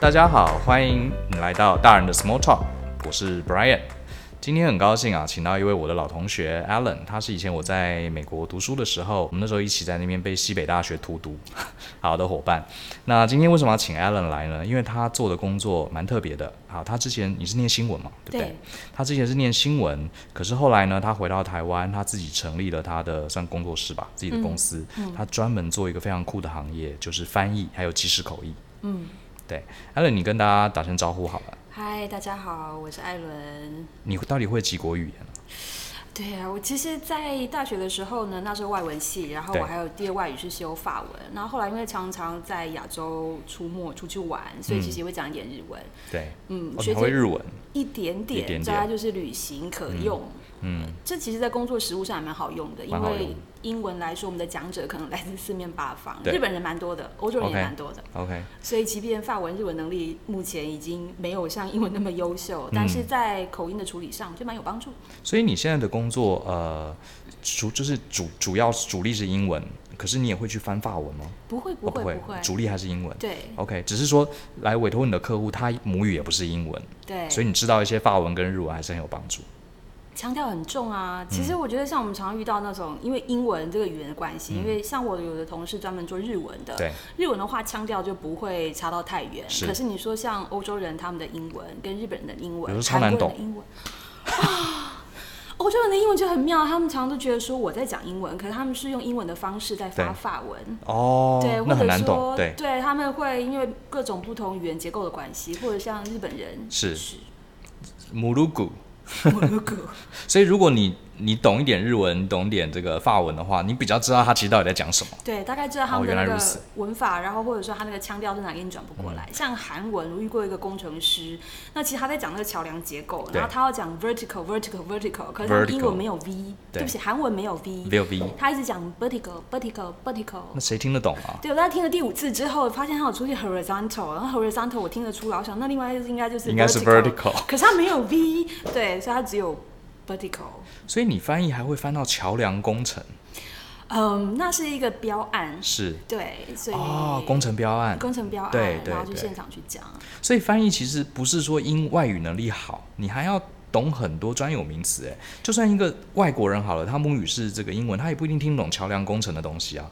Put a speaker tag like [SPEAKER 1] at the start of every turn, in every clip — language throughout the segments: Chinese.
[SPEAKER 1] 大家好，欢迎你来到大人的 Small Talk，我是 Brian。今天很高兴啊，请到一位我的老同学 Alan，他是以前我在美国读书的时候，我们那时候一起在那边被西北大学荼毒， 好的伙伴。那今天为什么要请 Alan 来呢？因为他做的工作蛮特别的。好，他之前你是念新闻嘛，对不对？
[SPEAKER 2] 对
[SPEAKER 1] 他之前是念新闻，可是后来呢，他回到台湾，他自己成立了他的算工作室吧，自己的公司，
[SPEAKER 2] 嗯
[SPEAKER 1] 他专门做一个非常酷的行业，就是翻译还有即时口译。
[SPEAKER 2] 嗯，
[SPEAKER 1] 对，Alan，你跟大家打声招呼好了。
[SPEAKER 2] 嗨，大家好，我是艾伦。
[SPEAKER 1] 你到底会几国语言？啊
[SPEAKER 2] 对啊，我其实，在大学的时候呢，那时候外文系，然后
[SPEAKER 1] 对
[SPEAKER 2] 我还有第二外语是修法文，然后后来因为常常在亚洲出没出去玩，所以其实也会讲一点日文，
[SPEAKER 1] 对，嗯
[SPEAKER 2] 嗯，
[SPEAKER 1] 哦，你
[SPEAKER 2] 学
[SPEAKER 1] 还会
[SPEAKER 2] 姐
[SPEAKER 1] 日文。
[SPEAKER 2] 一点
[SPEAKER 1] 一点点
[SPEAKER 2] 点，大家就是旅行可用。
[SPEAKER 1] 嗯，
[SPEAKER 2] 这其实，在工作实务上还蛮好用的，
[SPEAKER 1] 蛮
[SPEAKER 2] 因
[SPEAKER 1] 好用
[SPEAKER 2] 为英文来说，我们的讲者可能来自四面八方，
[SPEAKER 1] 对
[SPEAKER 2] 日本人蛮多的，欧洲人也
[SPEAKER 1] OK
[SPEAKER 2] 蛮多的。
[SPEAKER 1] OK，
[SPEAKER 2] 所以，即便法文、日文能力目前已经没有像英文那么优秀，但
[SPEAKER 1] 嗯
[SPEAKER 2] 是在口音的处理上就蛮有帮助。
[SPEAKER 1] 所以你现在的工作，呃，主就是主主要主力是英文，可是你也会去翻法文吗？
[SPEAKER 2] 不会，
[SPEAKER 1] 哦
[SPEAKER 2] 不会，
[SPEAKER 1] 会，
[SPEAKER 2] 不会，
[SPEAKER 1] 主力还是英文。
[SPEAKER 2] 对
[SPEAKER 1] OK，只是说来委托你的客户，他母语也不是英文，
[SPEAKER 2] 对，
[SPEAKER 1] 所以你知道一些法文跟日文还是很有帮助。
[SPEAKER 2] 腔调很重啊。其
[SPEAKER 1] 嗯
[SPEAKER 2] 实我觉得，像我们常常遇到那种，因为英文这个语言的关系，因为像我有的同事专门做日文的，
[SPEAKER 1] 对，
[SPEAKER 2] 日文的话腔调就不会差到太远。
[SPEAKER 1] 是
[SPEAKER 2] 可是你说像欧洲人他们的英文跟日本人的英
[SPEAKER 1] 有
[SPEAKER 2] 文，
[SPEAKER 1] 的超
[SPEAKER 2] 韩
[SPEAKER 1] 难
[SPEAKER 2] 国人
[SPEAKER 1] 懂
[SPEAKER 2] 的英文啊。欧洲人的英文就很妙，他们常常都觉得说我在讲英文，可是他们是用英文的方式在
[SPEAKER 1] 对
[SPEAKER 2] 发法文。
[SPEAKER 1] 哦
[SPEAKER 2] 对，，或
[SPEAKER 1] 那很
[SPEAKER 2] 者
[SPEAKER 1] 难
[SPEAKER 2] 说
[SPEAKER 1] 懂，对，
[SPEAKER 2] 他们会因为各种不同语言结构的关系，或者像日本人
[SPEAKER 1] 是
[SPEAKER 2] 是
[SPEAKER 1] 母鲁古。
[SPEAKER 2] 摩洛哥，
[SPEAKER 1] 所以如果你你懂一点日文，懂一点这个法文的话，你比较知道他其实到底在讲什么。
[SPEAKER 2] 对，大概知道他
[SPEAKER 1] 哦
[SPEAKER 2] 们的
[SPEAKER 1] 原来
[SPEAKER 2] 那
[SPEAKER 1] 如
[SPEAKER 2] 个
[SPEAKER 1] 此
[SPEAKER 2] 文法，然后或者说他那个腔调在哪给你转不过来。像韩文，我遇过一个工程师，那其实他在讲那个桥梁结构，
[SPEAKER 1] 对
[SPEAKER 2] 然后他要讲 vertical vertical vertical，可是他
[SPEAKER 1] Vertical
[SPEAKER 2] 们英文没有 V，
[SPEAKER 1] 对
[SPEAKER 2] 对不起，韩文没有 V，
[SPEAKER 1] V O V，
[SPEAKER 2] 他一直讲 vertical vertical
[SPEAKER 1] 那
[SPEAKER 2] vertical。
[SPEAKER 1] 谁听得懂啊？
[SPEAKER 2] 对，我在听了第五次之后，发现他有出现 horizontal，然后 horizontal 我听得出来，我想那另外就是应该就是
[SPEAKER 1] 应该是 vertical。
[SPEAKER 2] 可是它没有 V，对，所以它只有 vertical。
[SPEAKER 1] 所以你翻译还会翻到桥梁工程，
[SPEAKER 2] 嗯，那是一个标案，
[SPEAKER 1] 是
[SPEAKER 2] 对，所以、
[SPEAKER 1] 哦，工程标案。
[SPEAKER 2] 工程标案，
[SPEAKER 1] 对对
[SPEAKER 2] 然后去
[SPEAKER 1] 对
[SPEAKER 2] 现场去讲。
[SPEAKER 1] 所以翻译其实不是说英外语能力好，你还要懂很多专有名词。哎，就算一个外国人好了，他母语是这个英文，他也不一定听懂桥梁工程的东西啊。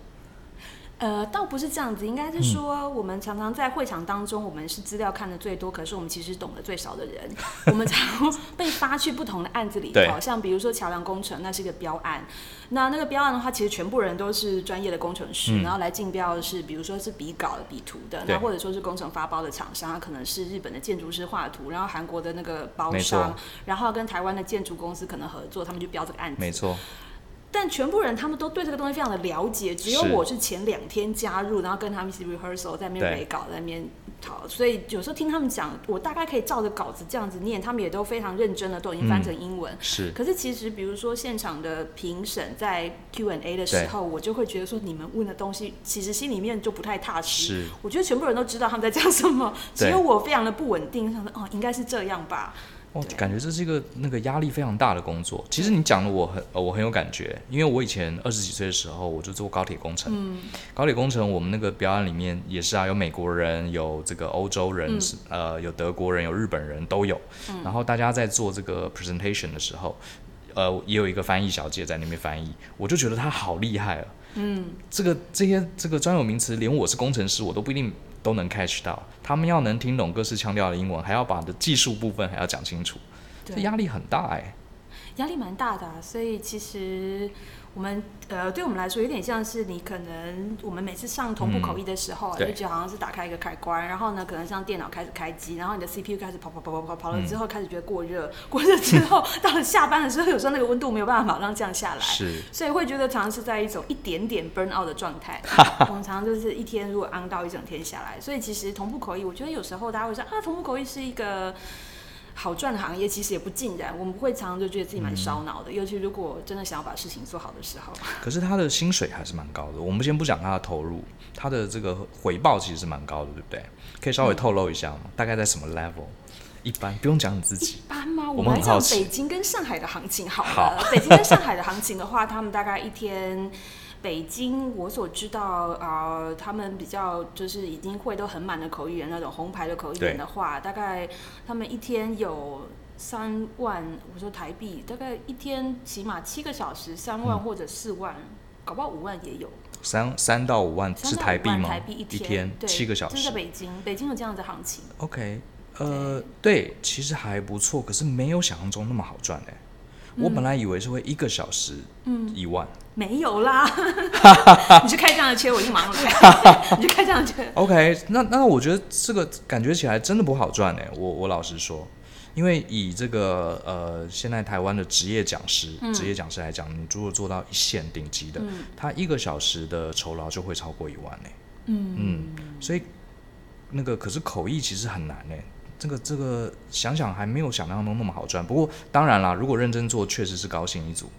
[SPEAKER 2] 呃，倒不是这样子，应该是
[SPEAKER 1] 嗯
[SPEAKER 2] 说我们常常在会场当中，我们是资料看的最多，可是我们其实懂得最少的人， 我们常被发去不同的案子里
[SPEAKER 1] 对
[SPEAKER 2] 头。像比如说桥梁工程，那是一个标案，那那个标案的话，其实全部人都是专业的工程师，然后来竞标的是，比如说是比稿的、比图的，
[SPEAKER 1] 嗯对
[SPEAKER 2] 那或者说是工程发包的厂商，他可能是日本的建筑师画图，然后韩国的那个包
[SPEAKER 1] 没错
[SPEAKER 2] 商，然后跟台湾的建筑公司可能合作，他们去标这个案子
[SPEAKER 1] 没。错，
[SPEAKER 2] 但全部人他们都对这个东西非常的了解，只有
[SPEAKER 1] 是
[SPEAKER 2] 我是前两天加入，然后跟他们一起 rehearsal，在那边
[SPEAKER 1] 对
[SPEAKER 2] 背稿，在那边讨，所以有时候听他们讲，我大概可以照着稿子这样子念，他们也都非常认真的，都已经翻
[SPEAKER 1] 嗯
[SPEAKER 2] 成英文。
[SPEAKER 1] 是
[SPEAKER 2] 可是其实，比如说现场的评审在 Q&A 的时候，我就会觉得说，你们问的东西其实心里面就不太踏实。
[SPEAKER 1] 是。
[SPEAKER 2] 我觉得全部人都知道他们在讲什么，
[SPEAKER 1] 对
[SPEAKER 2] 只有我非常的不稳定，想说哦，应该是这样吧。
[SPEAKER 1] 哦，
[SPEAKER 2] 对
[SPEAKER 1] 感觉这是一个那个压力非常大的工作。其实你讲的我很、呃我很有感觉，因为我以前二十几岁的时候我就做高铁工程，高铁工程我们那个表演里面也是啊，有美国人，有这个欧洲人，是呃，有德国人，有日本人都有。然后大家在做这个 presentation 的时候，呃，也有一个翻译小姐在那边翻译，我就觉得她好厉害啊。嗯，这个这些这个专有名词，连我是工程师，我都不一定都能 catch 到。他们要能听懂各式腔调的英文，还要把的技术部分还要讲清楚，这
[SPEAKER 2] 对
[SPEAKER 1] 压力很大哎、
[SPEAKER 2] 压力蛮大的、啊，所以其实我们呃，对我们来说有点像是你可能我们每次上同步口译的时候啊，
[SPEAKER 1] 对
[SPEAKER 2] 就觉得好像是打开一个开关，然后呢，可能像电脑开始开机，然后你的 CPU 开始跑跑跑跑跑跑了之后，开始觉得过热，过热之后到了下班的时候，有时候那个温度没有办法马上降下来。
[SPEAKER 1] 是
[SPEAKER 2] 所以会觉得常常是在一种一点点 burn out 的状态，我们常常就是一天如果 on 到一整天下来，所以其实同步口译，我觉得有时候大家会说啊，同步口译是一个好赚的行业，其实也不尽然，我们会常常就觉得自己蛮烧脑的，尤其如果真的想要把事情做好的时候，
[SPEAKER 1] 可是他的薪水还是蛮高的。我们先不讲他的投入，他的这个回报其实是蛮高的，对不对？可以稍微透露一下
[SPEAKER 2] 嗯
[SPEAKER 1] 吗？大概在什么 level？一般不用讲你自己
[SPEAKER 2] 一，般吗？
[SPEAKER 1] 我
[SPEAKER 2] 我
[SPEAKER 1] 们
[SPEAKER 2] 们
[SPEAKER 1] 很
[SPEAKER 2] 来
[SPEAKER 1] 好
[SPEAKER 2] 讲
[SPEAKER 1] 奇
[SPEAKER 2] 北京跟上海的行情好了。北京跟上海的行情的话，他们大概一天。北京我所知道啊、呃他们比较就是已经会都很满的口译员那种红牌的口译员
[SPEAKER 1] 对
[SPEAKER 2] 的话，大概他们一天有三万，我说台币，大概一天起码七个小时，三
[SPEAKER 1] 嗯
[SPEAKER 2] 万或者四万。搞不好五万也有，
[SPEAKER 1] 三三到五万是
[SPEAKER 2] 三到
[SPEAKER 1] 台
[SPEAKER 2] 五
[SPEAKER 1] 币
[SPEAKER 2] 万
[SPEAKER 1] 吗？
[SPEAKER 2] 台币一
[SPEAKER 1] 天
[SPEAKER 2] 对
[SPEAKER 1] 七个小
[SPEAKER 2] 这是
[SPEAKER 1] 时
[SPEAKER 2] 在。北京，北京有这样的行情。
[SPEAKER 1] OK，呃，对，其实还不错，可是没有想象中那么好赚哎、我
[SPEAKER 2] 嗯
[SPEAKER 1] 本来以为是会一个小时一万。
[SPEAKER 2] 没有 啦，你去开这样的缺，我就忙了。你去开这样的缺，
[SPEAKER 1] OK，那那我觉得这个感觉起来真的不好赚哎、我我老实说，因为以这个呃现在台湾的职业讲师、职业讲师来讲，你如果做到一线顶级的，他一个小时的酬劳就会超过一万哎、嗯所以那个可是口译其实很难哎、这个这个想想还没有想象中那么好赚，不过当然啦，如果认真做，确实是高薪一族。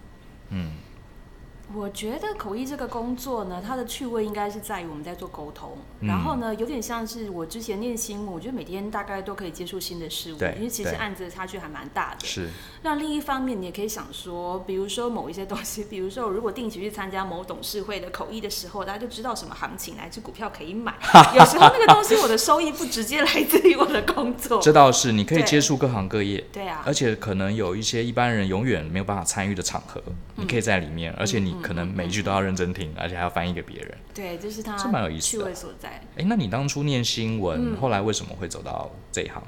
[SPEAKER 2] 我觉得口译这个工作呢，它的趣味应该是在于我们在做沟通，
[SPEAKER 1] 嗯
[SPEAKER 2] 然后呢，有点像是我之前念新闻，我觉得每天大概都可以接触新的事物
[SPEAKER 1] 对，
[SPEAKER 2] 因为其实
[SPEAKER 1] 对
[SPEAKER 2] 案子的差距还蛮大的。
[SPEAKER 1] 是，
[SPEAKER 2] 那另一方面，你也可以想说，比如说某一些东西，比如说我如果定期去参加某董事会的口译的时候，大家就知道什么行情，哪一只股票可 以买。有时候那个东西，我的收益不直接来自于我的工作。
[SPEAKER 1] 这倒是，你可以
[SPEAKER 2] 对
[SPEAKER 1] 接触各行各业。
[SPEAKER 2] 对啊，
[SPEAKER 1] 而且可能有一些一般人永远没有办法参与的场合，
[SPEAKER 2] 嗯
[SPEAKER 1] 你可以在里面，而且你可能每一句都要认真听，而且还要翻译给别人。
[SPEAKER 2] 对，就是它
[SPEAKER 1] 这蛮有意思
[SPEAKER 2] 趣
[SPEAKER 1] 的
[SPEAKER 2] 味所在。
[SPEAKER 1] 诶，那你当初念新
[SPEAKER 2] 嗯
[SPEAKER 1] 闻，后来为什么会走到这一行？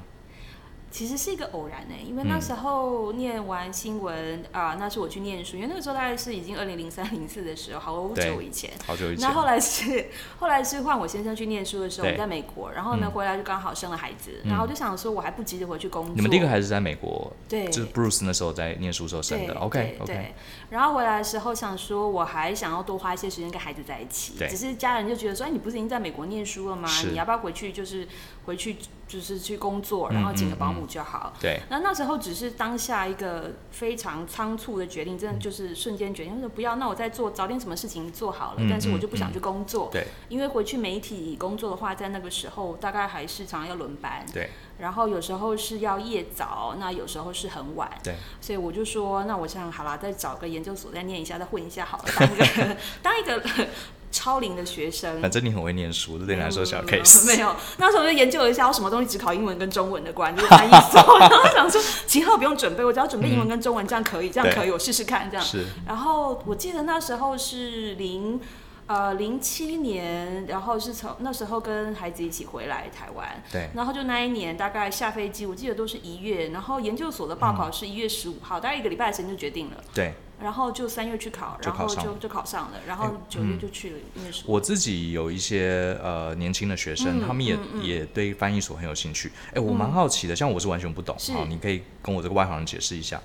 [SPEAKER 2] 其实是一个偶然呢、欸因
[SPEAKER 1] 嗯
[SPEAKER 2] 为那时候念完新闻啊、那是我去念书，因为那个时候大概是已经二零零三零四的时候，好久
[SPEAKER 1] 对
[SPEAKER 2] 以前。
[SPEAKER 1] 好久以前
[SPEAKER 2] 嗯那，后来是 后来是换我先生去念书的时候，我
[SPEAKER 1] 对
[SPEAKER 2] 们在美国，然后呢、
[SPEAKER 1] 嗯
[SPEAKER 2] 回来就刚好生了孩子，
[SPEAKER 1] 嗯
[SPEAKER 2] 然后我就想说我还不急着回去工作。
[SPEAKER 1] 你们第一个孩子在美国，
[SPEAKER 2] 对，
[SPEAKER 1] 就是 Bruce 那时候在念书时候生的。
[SPEAKER 2] 对
[SPEAKER 1] OK
[SPEAKER 2] 对
[SPEAKER 1] OK，
[SPEAKER 2] 对然后回来的时候想说，我还想要多花一些时间跟孩子在一起。
[SPEAKER 1] 对
[SPEAKER 2] 只是家人就觉得说，哎，你不是已经在美国念书了吗？
[SPEAKER 1] 是
[SPEAKER 2] 你要不要回去？就是回去就是去工作，
[SPEAKER 1] 嗯
[SPEAKER 2] 然后请个
[SPEAKER 1] 嗯
[SPEAKER 2] 保姆就好。
[SPEAKER 1] 对，
[SPEAKER 2] 那那时候只是当下一个非常仓促的决定，真的就是瞬间决定，我说不要，那我再做找点什么事情做好了，
[SPEAKER 1] 嗯
[SPEAKER 2] 但是我就
[SPEAKER 1] 嗯
[SPEAKER 2] 不想
[SPEAKER 1] 嗯
[SPEAKER 2] 去工作，
[SPEAKER 1] 对
[SPEAKER 2] 因为回去媒体工作的话，在那个时候大概还是常常要轮班，
[SPEAKER 1] 对
[SPEAKER 2] 然后有时候是要夜早，那有时候是很晚，
[SPEAKER 1] 对，
[SPEAKER 2] 所以我就说，那我想好啦，再找个研究所再念一下，再混一下好了，当一个当一个 超龄的 学生，
[SPEAKER 1] 反正你很会念书，这对你来说小
[SPEAKER 2] 嗯
[SPEAKER 1] case。
[SPEAKER 2] 没有，那时候我就研究了一下，我什么东西只考英文跟中文的，果然就是翻译所。然后想说，其他我不用准备，我只要准备英文跟中文，这样可以，这样可以，我试试看这样。
[SPEAKER 1] 是
[SPEAKER 2] 然后我记得那时候是零呃零七年，然后是从那时候跟孩子一起回来台湾，
[SPEAKER 1] 对
[SPEAKER 2] 然后就那一年大概下飞机，我记得都是一月，然后研究所的报
[SPEAKER 1] 嗯
[SPEAKER 2] 考是一月十五号，大概一个礼拜的时间就决定了。
[SPEAKER 1] 对，
[SPEAKER 2] 然后就三月去考，
[SPEAKER 1] 就
[SPEAKER 2] 然后
[SPEAKER 1] 考上嗯
[SPEAKER 2] 就
[SPEAKER 1] 了
[SPEAKER 2] 就考上了，然后九月就去了念书。
[SPEAKER 1] 我自己有一些呃年轻的学生，
[SPEAKER 2] 嗯
[SPEAKER 1] 他们也、也对翻译所很有兴趣。哎、我蛮好奇的，像我是完全不懂，
[SPEAKER 2] 是
[SPEAKER 1] 好，你可以跟我这个外行人解释一下。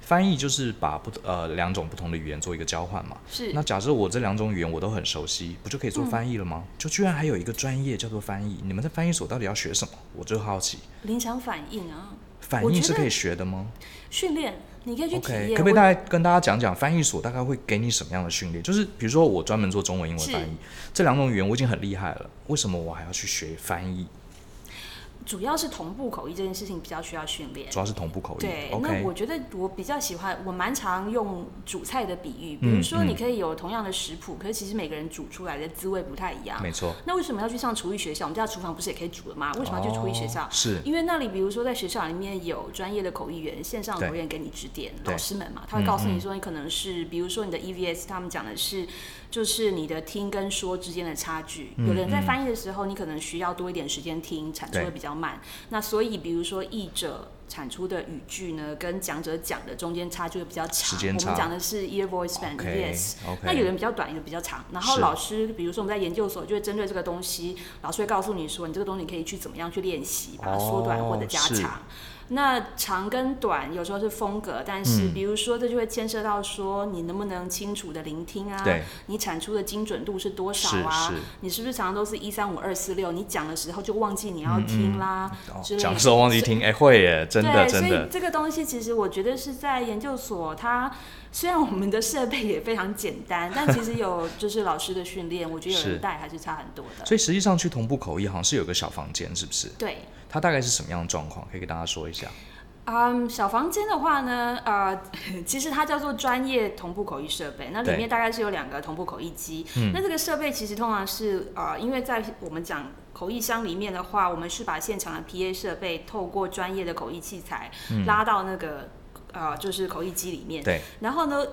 [SPEAKER 1] 翻译就是把不呃两种不同的语言做一个交换嘛。
[SPEAKER 2] 是
[SPEAKER 1] 那假设我这两种语言我都很熟悉，不就可以做翻译了
[SPEAKER 2] 嗯
[SPEAKER 1] 吗？就居然还有一个专业叫做翻译，你们在翻译所到底要学什么？我就好奇，
[SPEAKER 2] 临场反应啊，
[SPEAKER 1] 反
[SPEAKER 2] 我
[SPEAKER 1] 应
[SPEAKER 2] 觉
[SPEAKER 1] 是可以
[SPEAKER 2] 得
[SPEAKER 1] 学的吗
[SPEAKER 2] 训练，你可以去体
[SPEAKER 1] ？OK，
[SPEAKER 2] 验。
[SPEAKER 1] 可不可以
[SPEAKER 2] 我
[SPEAKER 1] 大概跟大家讲讲翻译所大概会给你什么样的训练？就是比如说我专门做中文、英文
[SPEAKER 2] 是
[SPEAKER 1] 翻译这两种语言，我已经很厉害了，为什么我还要去学翻译？
[SPEAKER 2] 主要是同步口译这件事情比较需要训练
[SPEAKER 1] 主。要是同步口译。
[SPEAKER 2] 对
[SPEAKER 1] o
[SPEAKER 2] 那
[SPEAKER 1] k
[SPEAKER 2] 我觉得我比较喜欢，我蛮常用煮菜的比喻，比如说
[SPEAKER 1] 嗯
[SPEAKER 2] 你可以有同样的食谱，可是其实每个人煮出来的滋味不太一样。
[SPEAKER 1] 没错。
[SPEAKER 2] 那为什么要去上厨艺学校？我们家厨房不是也可以煮了吗？为什么要去厨艺学校？
[SPEAKER 1] 哦是
[SPEAKER 2] 因为那里，比如说在学校里面有专业的口译员、线上口译员给你指点，
[SPEAKER 1] 对嗯
[SPEAKER 2] 老师们嘛，他会告诉你说，你可能是，比如说你的 EVS，他们讲的是，就是你的听跟说之间的差距。
[SPEAKER 1] 嗯
[SPEAKER 2] 有的人在翻译的时候，你可能需要多一点时间听，产出
[SPEAKER 1] 对
[SPEAKER 2] 会比较慢。那所以，比如说译者。产出的语句呢，跟讲者讲的中间差距会比较
[SPEAKER 1] 时
[SPEAKER 2] 长。
[SPEAKER 1] 间
[SPEAKER 2] 我
[SPEAKER 1] 差
[SPEAKER 2] 们讲的是 ear voice band E
[SPEAKER 1] OK，
[SPEAKER 2] EVS，
[SPEAKER 1] OK
[SPEAKER 2] 那有的人比较短，有的比较长。然后
[SPEAKER 1] 是
[SPEAKER 2] 老师，比如说我们在研究所，就会针对这个东西，老师会告诉你说，你这个东西可以去怎么样去练习，把它缩短
[SPEAKER 1] 哦
[SPEAKER 2] 或者加
[SPEAKER 1] 是
[SPEAKER 2] 长。那长跟短有时候是风格，但是
[SPEAKER 1] 嗯
[SPEAKER 2] 比如说这就会牵涉到说你能不能清楚的聆听啊，
[SPEAKER 1] 对，
[SPEAKER 2] 你产出的精准度是多少
[SPEAKER 1] 是
[SPEAKER 2] 啊？
[SPEAKER 1] 是
[SPEAKER 2] 你是不是常常都是一三五二四六？你讲的时候就忘记你要听啦，
[SPEAKER 1] 嗯哦
[SPEAKER 2] 之类
[SPEAKER 1] 讲的时候忘记听，哎、会耶，真的
[SPEAKER 2] 对，所
[SPEAKER 1] 真
[SPEAKER 2] 以
[SPEAKER 1] 的，
[SPEAKER 2] 这个东西其实我觉得是在研究所，它虽然我们的设备也非常简单，但其实有就是老师的训练，我觉得有
[SPEAKER 1] 是
[SPEAKER 2] 人带还是差很多的。
[SPEAKER 1] 所以实际上去同步口译好像是有个小房间，是不是？
[SPEAKER 2] 对，
[SPEAKER 1] 它大概是什么样的状况？可以给大家说一下。
[SPEAKER 2] 嗯，小房间的话呢，呃，其实它叫做专业同步口译设备，那里
[SPEAKER 1] 对嗯
[SPEAKER 2] 面大概是有两个同步口译机。那这个设备其实通常是呃，因为在我们讲口译箱里面的话，我们是把现场的 PA 设备透过专业的口译器材
[SPEAKER 1] 嗯
[SPEAKER 2] 拉到那个、呃，就是口译机里面。
[SPEAKER 1] 对，
[SPEAKER 2] 然后呢，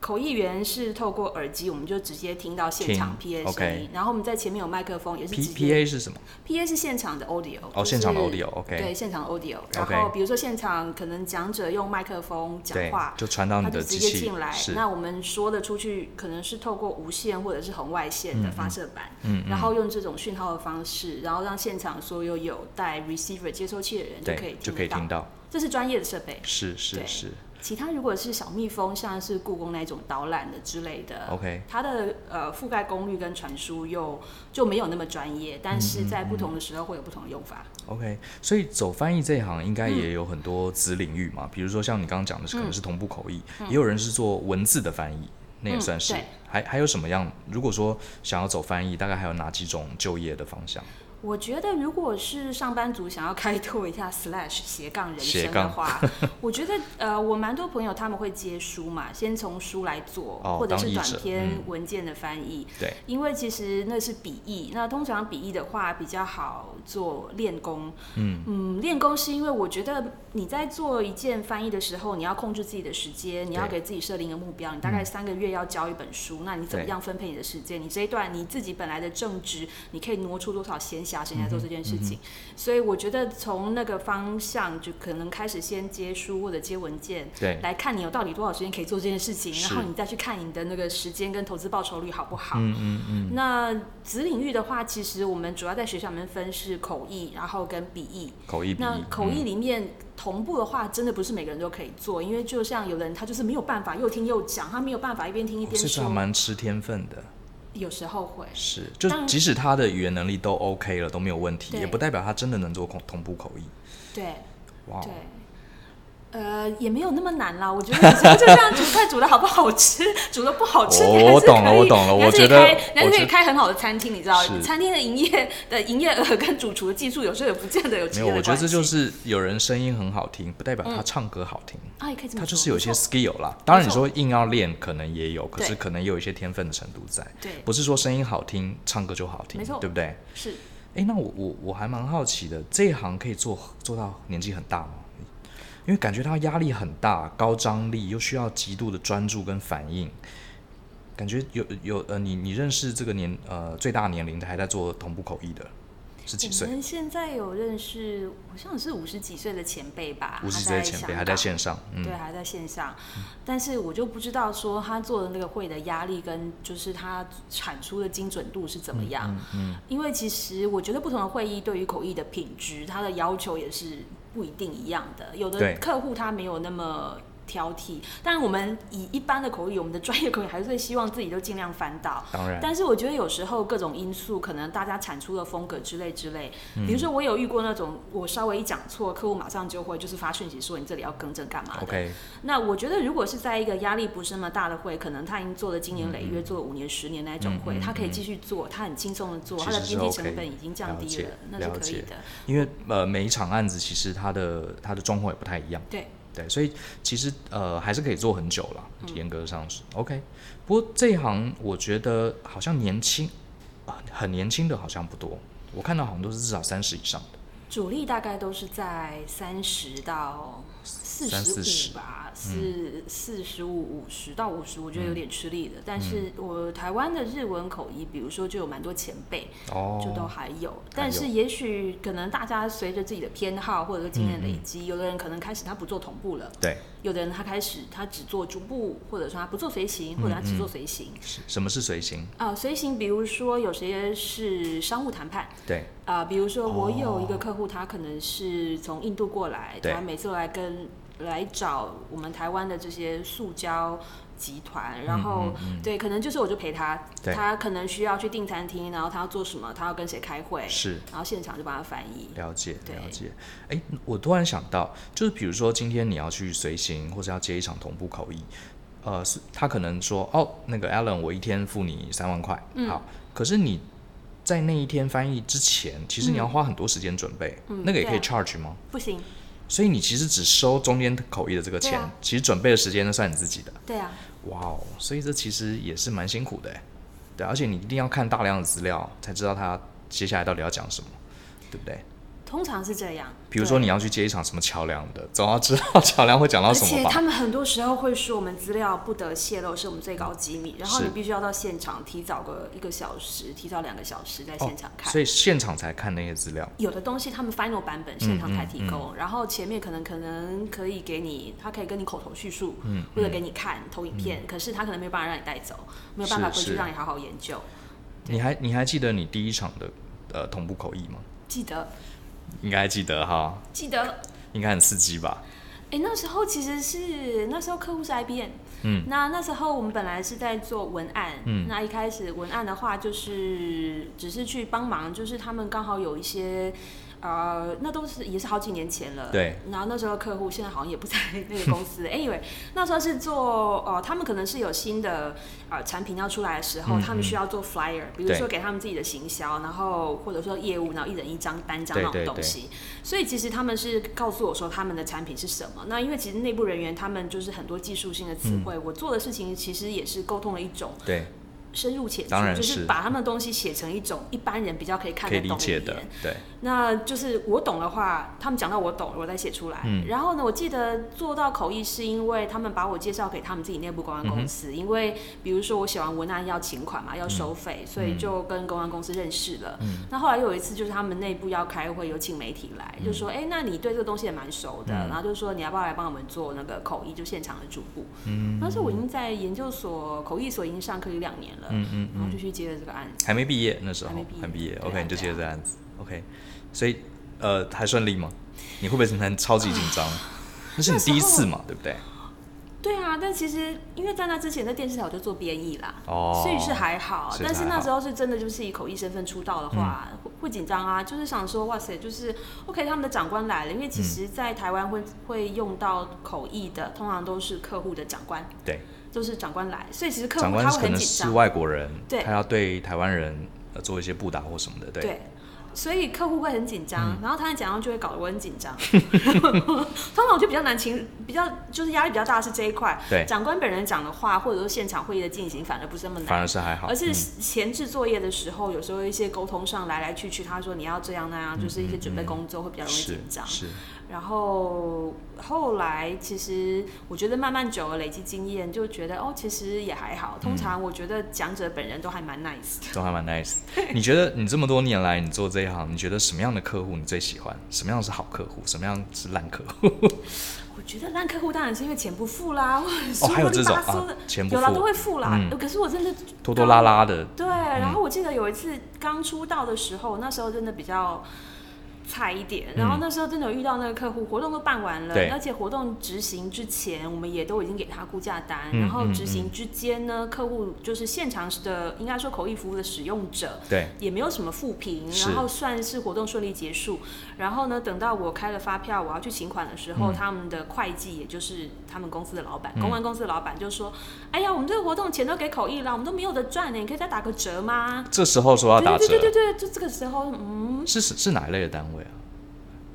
[SPEAKER 2] 口译员是透过耳机，我们就直接听到现场
[SPEAKER 1] 听
[SPEAKER 2] PA 声音
[SPEAKER 1] OK。
[SPEAKER 2] 然后我们在前面有麦克风，也是
[SPEAKER 1] P
[SPEAKER 2] 直
[SPEAKER 1] P
[SPEAKER 2] 接
[SPEAKER 1] A 是什么？
[SPEAKER 2] PA 是现场的 audio，
[SPEAKER 1] 哦，
[SPEAKER 2] 就是
[SPEAKER 1] 现场的 audio，OK，
[SPEAKER 2] 对，现场 audio，然后比如说现场可能讲者用麦克风讲
[SPEAKER 1] 对
[SPEAKER 2] 话，，
[SPEAKER 1] 就传到
[SPEAKER 2] 他
[SPEAKER 1] 你
[SPEAKER 2] 就
[SPEAKER 1] 的机
[SPEAKER 2] 直接
[SPEAKER 1] 器
[SPEAKER 2] 进来，
[SPEAKER 1] 是，
[SPEAKER 2] 那我们说的出去可能是透过无线或者是红外线的发射板，
[SPEAKER 1] 嗯
[SPEAKER 2] 然后用这种讯号的方式，然后让现场所有有带 receiver 接收器的人就可以
[SPEAKER 1] 对，就可以
[SPEAKER 2] 得到
[SPEAKER 1] 听，到，
[SPEAKER 2] 这是专业的设备。
[SPEAKER 1] 是是
[SPEAKER 2] 对
[SPEAKER 1] 是
[SPEAKER 2] 其他如果是小蜜蜂，像是故宫那种导览的之类的
[SPEAKER 1] ，OK，
[SPEAKER 2] 它的呃覆盖功率跟传输又就没有那么专业，但是在不同的时候会有不同的用法。
[SPEAKER 1] OK，所以走翻译这一行应该
[SPEAKER 2] 嗯
[SPEAKER 1] 也有很多子领域嘛，比如说像你刚刚讲的，是可能是同步口译，也有人是做文字的翻译，那也
[SPEAKER 2] 嗯
[SPEAKER 1] 算是。
[SPEAKER 2] 对
[SPEAKER 1] 还还有什么样？如果说想要走翻译，大概还有哪几种就业的方向？
[SPEAKER 2] 我觉得，如果是上班族想要开拓一下 slash 斜杠人
[SPEAKER 1] 斜
[SPEAKER 2] 生
[SPEAKER 1] 杠
[SPEAKER 2] 的话，我觉得呃，我蛮多朋友他们会接书嘛，先从书来做，
[SPEAKER 1] 哦
[SPEAKER 2] 或者
[SPEAKER 1] 当
[SPEAKER 2] 是
[SPEAKER 1] 译者
[SPEAKER 2] 短篇
[SPEAKER 1] 嗯
[SPEAKER 2] 文件的翻译。
[SPEAKER 1] 对，
[SPEAKER 2] 因为其实那是笔译，那通常笔译的话比较好做练功。嗯练功是因为我觉得你在做一件翻译的时候，你要控制自己的时间，你
[SPEAKER 1] 对
[SPEAKER 2] 要
[SPEAKER 1] 嗯
[SPEAKER 2] 给自己设定一个目标，你大概三个月要交一本书，那你怎么
[SPEAKER 1] 对
[SPEAKER 2] 样分配你的时间？你这一段你自己本来的正职，你可以挪出多少闲暇时间来
[SPEAKER 1] 嗯
[SPEAKER 2] 做这件事情？所以我觉得从那个方向就可能开始先接书或者接文件，
[SPEAKER 1] 对，
[SPEAKER 2] 来看你有到底多少时间可以做这件事情，
[SPEAKER 1] 是
[SPEAKER 2] 然后你再去看你的那个时间跟投资报酬率好不好。
[SPEAKER 1] 嗯嗯嗯，
[SPEAKER 2] 那子领域的话，其实我们主要在学校里面分是口译，然后跟笔译。
[SPEAKER 1] 口译笔
[SPEAKER 2] 那
[SPEAKER 1] 译，
[SPEAKER 2] 口译
[SPEAKER 1] 嗯
[SPEAKER 2] 里面同步的话，真的不是每个人都可以做，因为就像有的人他就是没有办法又听又讲，他没有办法一边听一
[SPEAKER 1] 哦所
[SPEAKER 2] 边
[SPEAKER 1] 以这还
[SPEAKER 2] 说，
[SPEAKER 1] 蛮吃天分的。
[SPEAKER 2] 有时候会。
[SPEAKER 1] 是，就
[SPEAKER 2] 当然
[SPEAKER 1] 即使他的语言能力都 OK 了，都没有问题，
[SPEAKER 2] 对
[SPEAKER 1] 也不代表他真的能做同同步口译。
[SPEAKER 2] 对
[SPEAKER 1] 哇哦
[SPEAKER 2] 对，呃，也没有那么难啦。我觉得有时候就像煮菜煮的好不好吃，煮的不好吃，
[SPEAKER 1] 我
[SPEAKER 2] 你还是
[SPEAKER 1] 哦我懂了
[SPEAKER 2] 可以
[SPEAKER 1] 我懂了
[SPEAKER 2] 你还是
[SPEAKER 1] 我觉
[SPEAKER 2] 可以
[SPEAKER 1] 得
[SPEAKER 2] 开你还
[SPEAKER 1] 我
[SPEAKER 2] 是可
[SPEAKER 1] 觉
[SPEAKER 2] 以开很好的餐厅，你知道
[SPEAKER 1] 是，
[SPEAKER 2] 餐厅的营业的营业额跟主厨的技术有时候也不见得有
[SPEAKER 1] 没
[SPEAKER 2] 直接
[SPEAKER 1] 有，我
[SPEAKER 2] 的
[SPEAKER 1] 觉得
[SPEAKER 2] 关
[SPEAKER 1] 这就
[SPEAKER 2] 系嗯
[SPEAKER 1] 是有人声音很好听，不代表他唱歌好听。
[SPEAKER 2] 啊，也可以这么
[SPEAKER 1] 他
[SPEAKER 2] 说，
[SPEAKER 1] 就是有一些
[SPEAKER 2] 没错
[SPEAKER 1] skill 啦。当然，你
[SPEAKER 2] 没
[SPEAKER 1] 说
[SPEAKER 2] 错
[SPEAKER 1] 硬要练，可能也有，可是
[SPEAKER 2] 对
[SPEAKER 1] 可能也有一些天分的程度在，
[SPEAKER 2] 对，
[SPEAKER 1] 不是说声音好听，唱歌就好听，
[SPEAKER 2] 没错
[SPEAKER 1] 对不对？
[SPEAKER 2] 是
[SPEAKER 1] 诶，那我我我还蛮好奇的，这一行可以做做到年纪很大吗？因为感觉到压力很大，高张力，又需要极度的专注跟反应，感觉有有呃，你你认识这个年呃最大年龄的还在做同步口译的是几
[SPEAKER 2] 我
[SPEAKER 1] 岁？
[SPEAKER 2] 们现在有认识，好像是五十几岁的前辈吧，
[SPEAKER 1] 五十
[SPEAKER 2] 他
[SPEAKER 1] 岁的
[SPEAKER 2] 在
[SPEAKER 1] 前辈
[SPEAKER 2] 香
[SPEAKER 1] 还在
[SPEAKER 2] 港
[SPEAKER 1] 线上，嗯
[SPEAKER 2] 对，，还在线上，但是我就不知道说他做的那个会的压力跟就是他产出的精准度是怎
[SPEAKER 1] 嗯
[SPEAKER 2] 么样，因为其实我觉得不同的会议对于口译的品质，它的要求也是不一定一样的，有
[SPEAKER 1] 对
[SPEAKER 2] 的客户他没有那么。挑剔，但我们以一般的口译，我们的专业口译还是会希望自己都尽量翻到，
[SPEAKER 1] 当然，
[SPEAKER 2] 但是我觉得有时候各种因素，可能大家产出的风格之类之类，
[SPEAKER 1] 嗯
[SPEAKER 2] 比如说我有遇过那种，我稍微一讲错，客户马上就会就是发讯息说你这里要更正干嘛的。
[SPEAKER 1] OK，
[SPEAKER 2] 那我觉得如果是在一个压力不是那么大的会，可能他已经做了经年
[SPEAKER 1] 嗯
[SPEAKER 2] 累月，做了五年、十年那种会，他可以继续做，他很轻松的做，
[SPEAKER 1] 其
[SPEAKER 2] 他的
[SPEAKER 1] 实是
[SPEAKER 2] 边际
[SPEAKER 1] OK，
[SPEAKER 2] 成本已经降低
[SPEAKER 1] 了
[SPEAKER 2] 了，
[SPEAKER 1] 解
[SPEAKER 2] 那是可
[SPEAKER 1] 了
[SPEAKER 2] 以
[SPEAKER 1] 解
[SPEAKER 2] 的。
[SPEAKER 1] 因为呃每一场案子其实它的它的状况也不太一样，
[SPEAKER 2] 对
[SPEAKER 1] 对，所以其实呃还是可以做很久了，严格上是、OK。不过这一行我觉得好像年轻啊、很年轻的好像不多，我看到好像都是至少三十以上的，
[SPEAKER 2] 主力大概都是在三十到四
[SPEAKER 1] 三四十嗯
[SPEAKER 2] 十五吧，四四十五、五十到五十，我觉得有点吃力的。但是我台湾的日文口译，比如说就有蛮多前辈，就都
[SPEAKER 1] 哦，
[SPEAKER 2] 还有。但是也许可能大家随着自己的偏好或者是经验
[SPEAKER 1] 嗯
[SPEAKER 2] 累积，有的人可能开始他不做同步了，
[SPEAKER 1] 对，
[SPEAKER 2] 有的人他开始他只做逐步，或者说他不做随行，或
[SPEAKER 1] 嗯
[SPEAKER 2] 者他只做随行。
[SPEAKER 1] 是什么是随行？
[SPEAKER 2] 啊，随行比如说有些是商务谈判。
[SPEAKER 1] 对，
[SPEAKER 2] 啊、比如说我有一
[SPEAKER 1] 哦
[SPEAKER 2] 个客户，他可能是从印度过来，
[SPEAKER 1] 对
[SPEAKER 2] 他每次都来跟来找我们台湾的这些塑胶集团，然后、对，可能就是我就陪他，
[SPEAKER 1] 嗯对
[SPEAKER 2] 他可能需要去订餐厅，然后他要做什么，他要跟谁开会，
[SPEAKER 1] 是。
[SPEAKER 2] 然后现场就帮他翻译。
[SPEAKER 1] 了解，
[SPEAKER 2] 对
[SPEAKER 1] 了解。哎，我突然想到，就是比如说今天你要去随行，或者要接一场同步口译，呃，是他可能说，哦，那个 Alan，我一天付你三万块，
[SPEAKER 2] 嗯
[SPEAKER 1] 好，可是你在那一天翻译之前，其实你要花很多时间准备，
[SPEAKER 2] 嗯
[SPEAKER 1] 那个也
[SPEAKER 2] 对
[SPEAKER 1] 可以
[SPEAKER 2] 啊
[SPEAKER 1] charge 吗？
[SPEAKER 2] 不行，
[SPEAKER 1] 所以你其实只收中间口译的这个钱，
[SPEAKER 2] 对啊
[SPEAKER 1] 其实准备的时间都算你自己的。
[SPEAKER 2] 对啊，
[SPEAKER 1] 哇哦，所以这其实也是蛮辛苦的哎。对，而且你一定要看大量的资料，才知道他接下来到底要讲什么，对不对？
[SPEAKER 2] 通常是这样。
[SPEAKER 1] 比如说
[SPEAKER 2] 对
[SPEAKER 1] 你要去接一场什么桥梁的，总要知道桥梁会讲到
[SPEAKER 2] 而
[SPEAKER 1] 啊什
[SPEAKER 2] 且
[SPEAKER 1] 么
[SPEAKER 2] 他
[SPEAKER 1] 吧？
[SPEAKER 2] 们很多时候会说我们资料不得泄露，是我们最高机密，然后
[SPEAKER 1] 是
[SPEAKER 2] 你必须要到现场提早个一个小时，提早两个小时在
[SPEAKER 1] 哦
[SPEAKER 2] 现场看。
[SPEAKER 1] 所以现场才看那些资料。
[SPEAKER 2] 有的东西他们 final 版本现场才提
[SPEAKER 1] 嗯
[SPEAKER 2] 供，然后前面可能可能可以给你，他可以跟你口头叙述，
[SPEAKER 1] 嗯
[SPEAKER 2] 或者给你看投影片，可是他可能没有办法让你带走，没有办法
[SPEAKER 1] 是
[SPEAKER 2] 回去
[SPEAKER 1] 是
[SPEAKER 2] 让你好好研究。
[SPEAKER 1] 你还你还记得你第一场的呃同步口译吗？
[SPEAKER 2] 记得
[SPEAKER 1] 应该还记得哈，
[SPEAKER 2] 记得
[SPEAKER 1] 应该很刺激吧？
[SPEAKER 2] 哎、那时候其实是那时候客户是 IBM，
[SPEAKER 1] 嗯，
[SPEAKER 2] 那那时候我们本来是在做文案，
[SPEAKER 1] 嗯
[SPEAKER 2] 那一开始文案的话就是只是去帮忙，就是他们刚好有一些。呃，那都是也是好几年前了。
[SPEAKER 1] 对。
[SPEAKER 2] 然后那时候客户现在好像也 不在那个公司。anyway，那时候是做呃，他们可能是有新的呃产品要出来的时候，
[SPEAKER 1] 嗯
[SPEAKER 2] 他们需要做 flyer，比如
[SPEAKER 1] 对
[SPEAKER 2] 说给他们自己的行销，然后或者说业务，然后一人一张单张
[SPEAKER 1] 对
[SPEAKER 2] 那种
[SPEAKER 1] 对
[SPEAKER 2] 东
[SPEAKER 1] 对
[SPEAKER 2] 西。所以其实他们是告诉我说他们的产品是什么。那因为其实内部人员他们就是很多技术性的词
[SPEAKER 1] 嗯
[SPEAKER 2] 汇，我做的事情其实也是沟通的一种
[SPEAKER 1] 对，
[SPEAKER 2] 深入浅出，
[SPEAKER 1] 当然
[SPEAKER 2] 就是把他们的东西写成一种一般人比较可以看
[SPEAKER 1] 可以
[SPEAKER 2] 得
[SPEAKER 1] 理
[SPEAKER 2] 懂
[SPEAKER 1] 解
[SPEAKER 2] 语
[SPEAKER 1] 的
[SPEAKER 2] 言。，
[SPEAKER 1] 对，
[SPEAKER 2] 那就是我懂的话，他们讲到我懂，我再写出来。
[SPEAKER 1] 嗯
[SPEAKER 2] 然后呢，我记得做到口译是因为他们把我介绍给他们自己内部公关公
[SPEAKER 1] 嗯
[SPEAKER 2] 司，因为比如说我写完文案要请款嘛，要收费，所以就跟公关公司认识
[SPEAKER 1] 嗯
[SPEAKER 2] 了。那后来又有一次就是他们内部要开会，有请媒体来，就说：“哎、那你对这个东西也蛮熟的。
[SPEAKER 1] 嗯
[SPEAKER 2] 然后就说：“你要不要来帮我们做那个口译，就现场的主部？”嗯，那时候我已经在研究所口译所已经上课有两年了，
[SPEAKER 1] 嗯嗯
[SPEAKER 2] 然后就去接了这个案子。
[SPEAKER 1] 还没毕业那时候
[SPEAKER 2] 还没毕，业
[SPEAKER 1] 还没毕业
[SPEAKER 2] 对啊
[SPEAKER 1] ，OK，你就
[SPEAKER 2] 对啊
[SPEAKER 1] 接着这案子，OK，所以呃还顺利吗？你会不会很超级紧张？那是你第一次嘛，对不对？
[SPEAKER 2] 对啊，但其实因为在那之前在电视台我就做编译啦，
[SPEAKER 1] 哦
[SPEAKER 2] 所以是还好。
[SPEAKER 1] 是
[SPEAKER 2] 但是
[SPEAKER 1] 还
[SPEAKER 2] 那
[SPEAKER 1] 好嗯
[SPEAKER 2] 时候是真的就是以口译身份出道的话，会会紧张啊，就是想说哇塞，就是 OK 他们的长官来了，因为
[SPEAKER 1] 嗯
[SPEAKER 2] 其实在台湾会会用到口译的，通常都是客户的长官，
[SPEAKER 1] 哦对，
[SPEAKER 2] 都是长官来，所以其实客
[SPEAKER 1] 长
[SPEAKER 2] 户
[SPEAKER 1] 官
[SPEAKER 2] 他
[SPEAKER 1] 可
[SPEAKER 2] 会很
[SPEAKER 1] 能
[SPEAKER 2] 紧
[SPEAKER 1] 是
[SPEAKER 2] 张，
[SPEAKER 1] 外国人，
[SPEAKER 2] 对
[SPEAKER 1] 他要对台湾人呃做一些布达或什么的，对，
[SPEAKER 2] 对。所以客户会很紧
[SPEAKER 1] 嗯
[SPEAKER 2] 张，然后他的讲到就会搞得我很紧 张。 通常我就比较难情，比较就是压力比较大的是这一块。
[SPEAKER 1] 对
[SPEAKER 2] 长官本人讲的话，或者说现场会议的进行，反而不是那么难。
[SPEAKER 1] 反而是还好，
[SPEAKER 2] 而是
[SPEAKER 1] 嗯
[SPEAKER 2] 前置作业的时候，有时候一些沟通上来来去去，他说你要这样那样，就是一些准备工作会比较容易紧
[SPEAKER 1] 嗯是
[SPEAKER 2] 张。
[SPEAKER 1] 是，
[SPEAKER 2] 然后后来其实我觉得慢慢久了累积经验，就觉得哦，其实也还
[SPEAKER 1] 嗯
[SPEAKER 2] 好。通常我觉得讲者本人都还蛮 nice 的。
[SPEAKER 1] 都还蛮 nice。你 觉得你这么多年来你做这一行，你觉得什么样的客户你最喜欢？什么样是好客户？什么样是烂客户？
[SPEAKER 2] 我觉得烂客户当然是因为钱不付啦，或者说
[SPEAKER 1] 还有这种
[SPEAKER 2] 乱七八糟的
[SPEAKER 1] 啊钱不
[SPEAKER 2] 有啦
[SPEAKER 1] 付
[SPEAKER 2] 都会付啦。
[SPEAKER 1] 嗯
[SPEAKER 2] 可是我真的
[SPEAKER 1] 拖拖拉拉的，
[SPEAKER 2] 对，然
[SPEAKER 1] 嗯
[SPEAKER 2] 后我记得有一次刚出道的时候，那时候真的比较菜一点，然后那时候真的有遇到那个客户，活动都办完了
[SPEAKER 1] 嗯对，
[SPEAKER 2] 而且活动执行之前，我们也都已经给他估价单，
[SPEAKER 1] 嗯
[SPEAKER 2] 然后
[SPEAKER 1] 嗯
[SPEAKER 2] 执行之间呢，客户就是现场的应该说口译服务的使用者，
[SPEAKER 1] 对，
[SPEAKER 2] 也没有什么负评，
[SPEAKER 1] 是
[SPEAKER 2] 然后算是活动顺利结束。然后呢，等到我开了发票，我要去请款的时
[SPEAKER 1] 嗯
[SPEAKER 2] 候，他们的会计，也就是他们公司的老板，公关公司的老板就说：“哎呀，我们这个活动钱都给口译了，我们都没有的赚呢，你可以再打个折吗
[SPEAKER 1] 这时候？”说要
[SPEAKER 2] 对
[SPEAKER 1] 打
[SPEAKER 2] 对对
[SPEAKER 1] 折，
[SPEAKER 2] 对对，就这个时候，嗯，
[SPEAKER 1] 是是是哪一类的单位啊？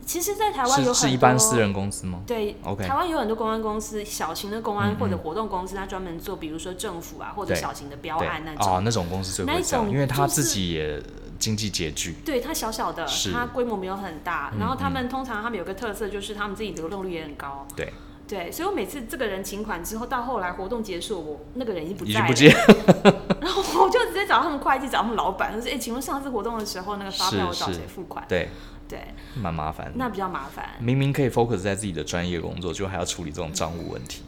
[SPEAKER 2] 其实，在台湾有
[SPEAKER 1] 是
[SPEAKER 2] 很多
[SPEAKER 1] 是一般私人公司吗？
[SPEAKER 2] 对
[SPEAKER 1] OK
[SPEAKER 2] 台湾有很多公关公司，小型的公安
[SPEAKER 1] 嗯
[SPEAKER 2] 或者活动公司，它专门做，比如说政府啊，或者
[SPEAKER 1] 对
[SPEAKER 2] 小型的标
[SPEAKER 1] 对
[SPEAKER 2] 案那种
[SPEAKER 1] 哦，。那种公司最
[SPEAKER 2] 那
[SPEAKER 1] 会
[SPEAKER 2] 一
[SPEAKER 1] 这样，
[SPEAKER 2] 种
[SPEAKER 1] 因为他
[SPEAKER 2] 就是
[SPEAKER 1] 自己也经济拮据，
[SPEAKER 2] 对，它小小的
[SPEAKER 1] 是，嗯
[SPEAKER 2] 它规模没有很大。然后他们通常他们有个特色，就是他们自己流动率也很高。
[SPEAKER 1] 对，
[SPEAKER 2] 对，所以我每次这个人请款之后，到后来活动结束，我那个人已经不
[SPEAKER 1] 已
[SPEAKER 2] 在
[SPEAKER 1] 经不
[SPEAKER 2] 了，
[SPEAKER 1] 接，
[SPEAKER 2] 然后我就直接找他们会计，找他们老板，就说：“哎、请问上次活动的时候，那个发票我
[SPEAKER 1] 是
[SPEAKER 2] 找
[SPEAKER 1] 是
[SPEAKER 2] 谁付款
[SPEAKER 1] 对，？”
[SPEAKER 2] 对，
[SPEAKER 1] 蛮麻烦的。
[SPEAKER 2] 那比较麻烦。
[SPEAKER 1] 明明可以 focus 在自己的专业工作，就还要处理这种账务问题。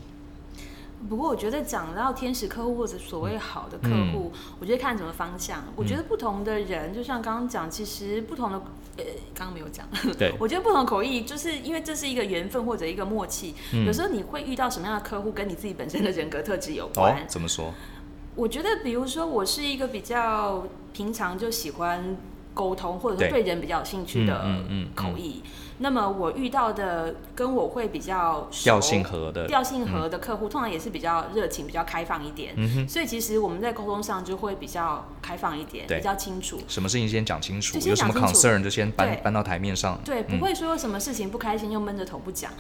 [SPEAKER 2] 不过我觉得讲到天使客户或者所谓好的客
[SPEAKER 1] 嗯
[SPEAKER 2] 户，我觉得看什么方向。我觉得不同的人，就像刚刚讲，其实不同的呃，刚刚没有讲。
[SPEAKER 1] 对，
[SPEAKER 2] 我觉得不同口译，就是因为这是一个缘分或者一个默契。
[SPEAKER 1] 嗯
[SPEAKER 2] 有时候你会遇到什么样的客户，跟你自己本身的人格特质有
[SPEAKER 1] 哦
[SPEAKER 2] 关。，
[SPEAKER 1] 怎么说？
[SPEAKER 2] 我觉得，比如说，我是一个比较平常就喜欢沟通，或者是
[SPEAKER 1] 对
[SPEAKER 2] 对人比较有兴趣的
[SPEAKER 1] 嗯嗯嗯嗯
[SPEAKER 2] 口译。那么我遇到的跟我会比较熟
[SPEAKER 1] 调性合的，
[SPEAKER 2] 调性和的客户，通常也是比较热情、比较开放一点。
[SPEAKER 1] 嗯哼，
[SPEAKER 2] 所以其实我们在沟通上就会比较开放一点，
[SPEAKER 1] 对嗯
[SPEAKER 2] 比较清楚。
[SPEAKER 1] 什么事情先讲清楚，
[SPEAKER 2] 就先
[SPEAKER 1] 有什么
[SPEAKER 2] 讲清楚
[SPEAKER 1] concern 就先搬
[SPEAKER 2] 对
[SPEAKER 1] 搬到台面上，
[SPEAKER 2] 对，不会说什么事情不开心又闷着头不讲。